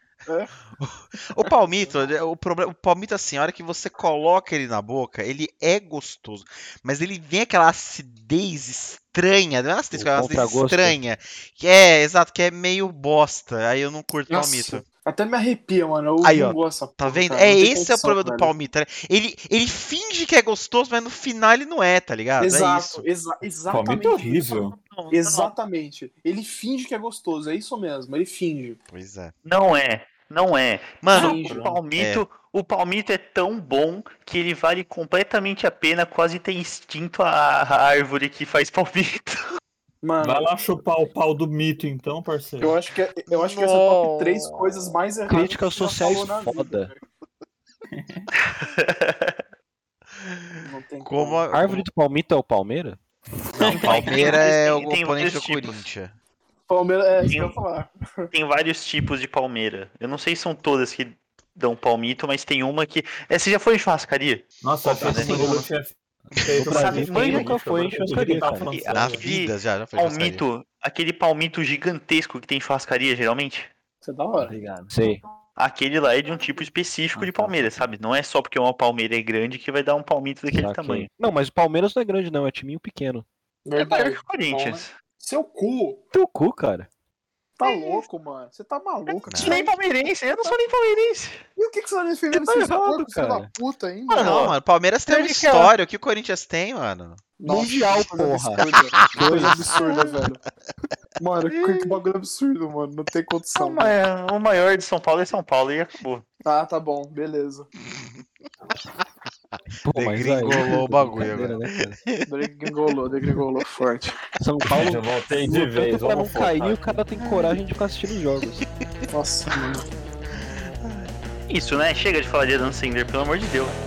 O palmito, ele- o problema, o palmito assim, a hora que você coloca ele na boca, ele é gostoso, mas ele vem aquela acidez estranha, não é acidez, O é uma acidez contragosto. estranha, que é, exato, que é meio bosta, aí eu não curto Nossa, palmito. até me arrepia, mano. Eu Aí, não ó, gosto dessa Tá porra, vendo? cara. é Não tem esse é o condição, problema do velho. palmito, né? ele, ele finge que é gostoso, mas no final ele não é, tá ligado? É Exato, isso. exa exatamente. Palmito é horrível. Não, não, Exatamente. Ele finge que é gostoso, é isso mesmo, ele finge. Pois é. Não é. Não é. Mano, Sim. o palmito, o palmito é tão bom que ele vale completamente a pena, quase ter instinto a, a árvore que faz palmito. Mano, Vai lá chupar o pau do mito, então, parceiro. eu acho que, eu acho que essa é o top Nossa. 3 coisas mais erradas. Críticas que você já sociais falou na vida, foda. velho. Não tem como Tá a, Árvore do palmito é o palmeira? não, Palmeira Tem- é o oponente tem do vários tipos. Corinthians. Palmeiras, é, isso que eu Tem- ia falar. Tem vários tipos de palmeira. Eu não sei se são todas que dão palmito, mas tem uma que. É, você já foi em churrascaria? Nossa, Opa, achei que né? o Lulu tinha feito Sabe, pra gente. mãe né? nunca um, foi em Eu achei que ele churrascaria, tava cara. falando Ah, Na sério. vi vida já, já foi churrascaria. Palmito, aquele palmito gigantesco que tem em churrascaria, geralmente. Isso é da hora. Obrigado. Sei. Aquele lá é de um tipo específico Ah, de tá. palmeira, sabe? Não é só porque uma palmeira é grande que vai dar um palmito daquele saquei. tamanho. Tá Não, mas o Palmeiras não é grande, não. É timinho pequeno. É maior que Verdade. o Corinthians. Seu cu Teu cu, cara. tá É louco, mano. Você tá maluco. Eu não sou nem palmeirense, eu não sou nem palmeirense. E o que, que você tá defendendo Você tá esses errado, porcos, filho cara. da é puta ainda? Mano, não, Ó, mano, Palmeiras tem uma teve aquela- história, o que o Corinthians tem, mano? Nossa, Mundial, que coisa porra. absurda. né? Que coisa absurda, velho. Mano, que, que bagulho absurdo, mano. Não tem O condição. mano. maior, Ah, o maior de São Paulo é São Paulo e acabou. Ah, tá bom, beleza. Pô, mas aí- Degringolou o bagulho Brincadeira, agora. né, cara? Degringolou, degringolou forte. São Paulo, Paulo eu voltei de lutando vez. pra não Vamos cair e focar. o cara tem coragem de ficar assistindo jogos. Nossa, mano. Isso, né? Chega de falar de Adam Sandler, pelo amor de Deus.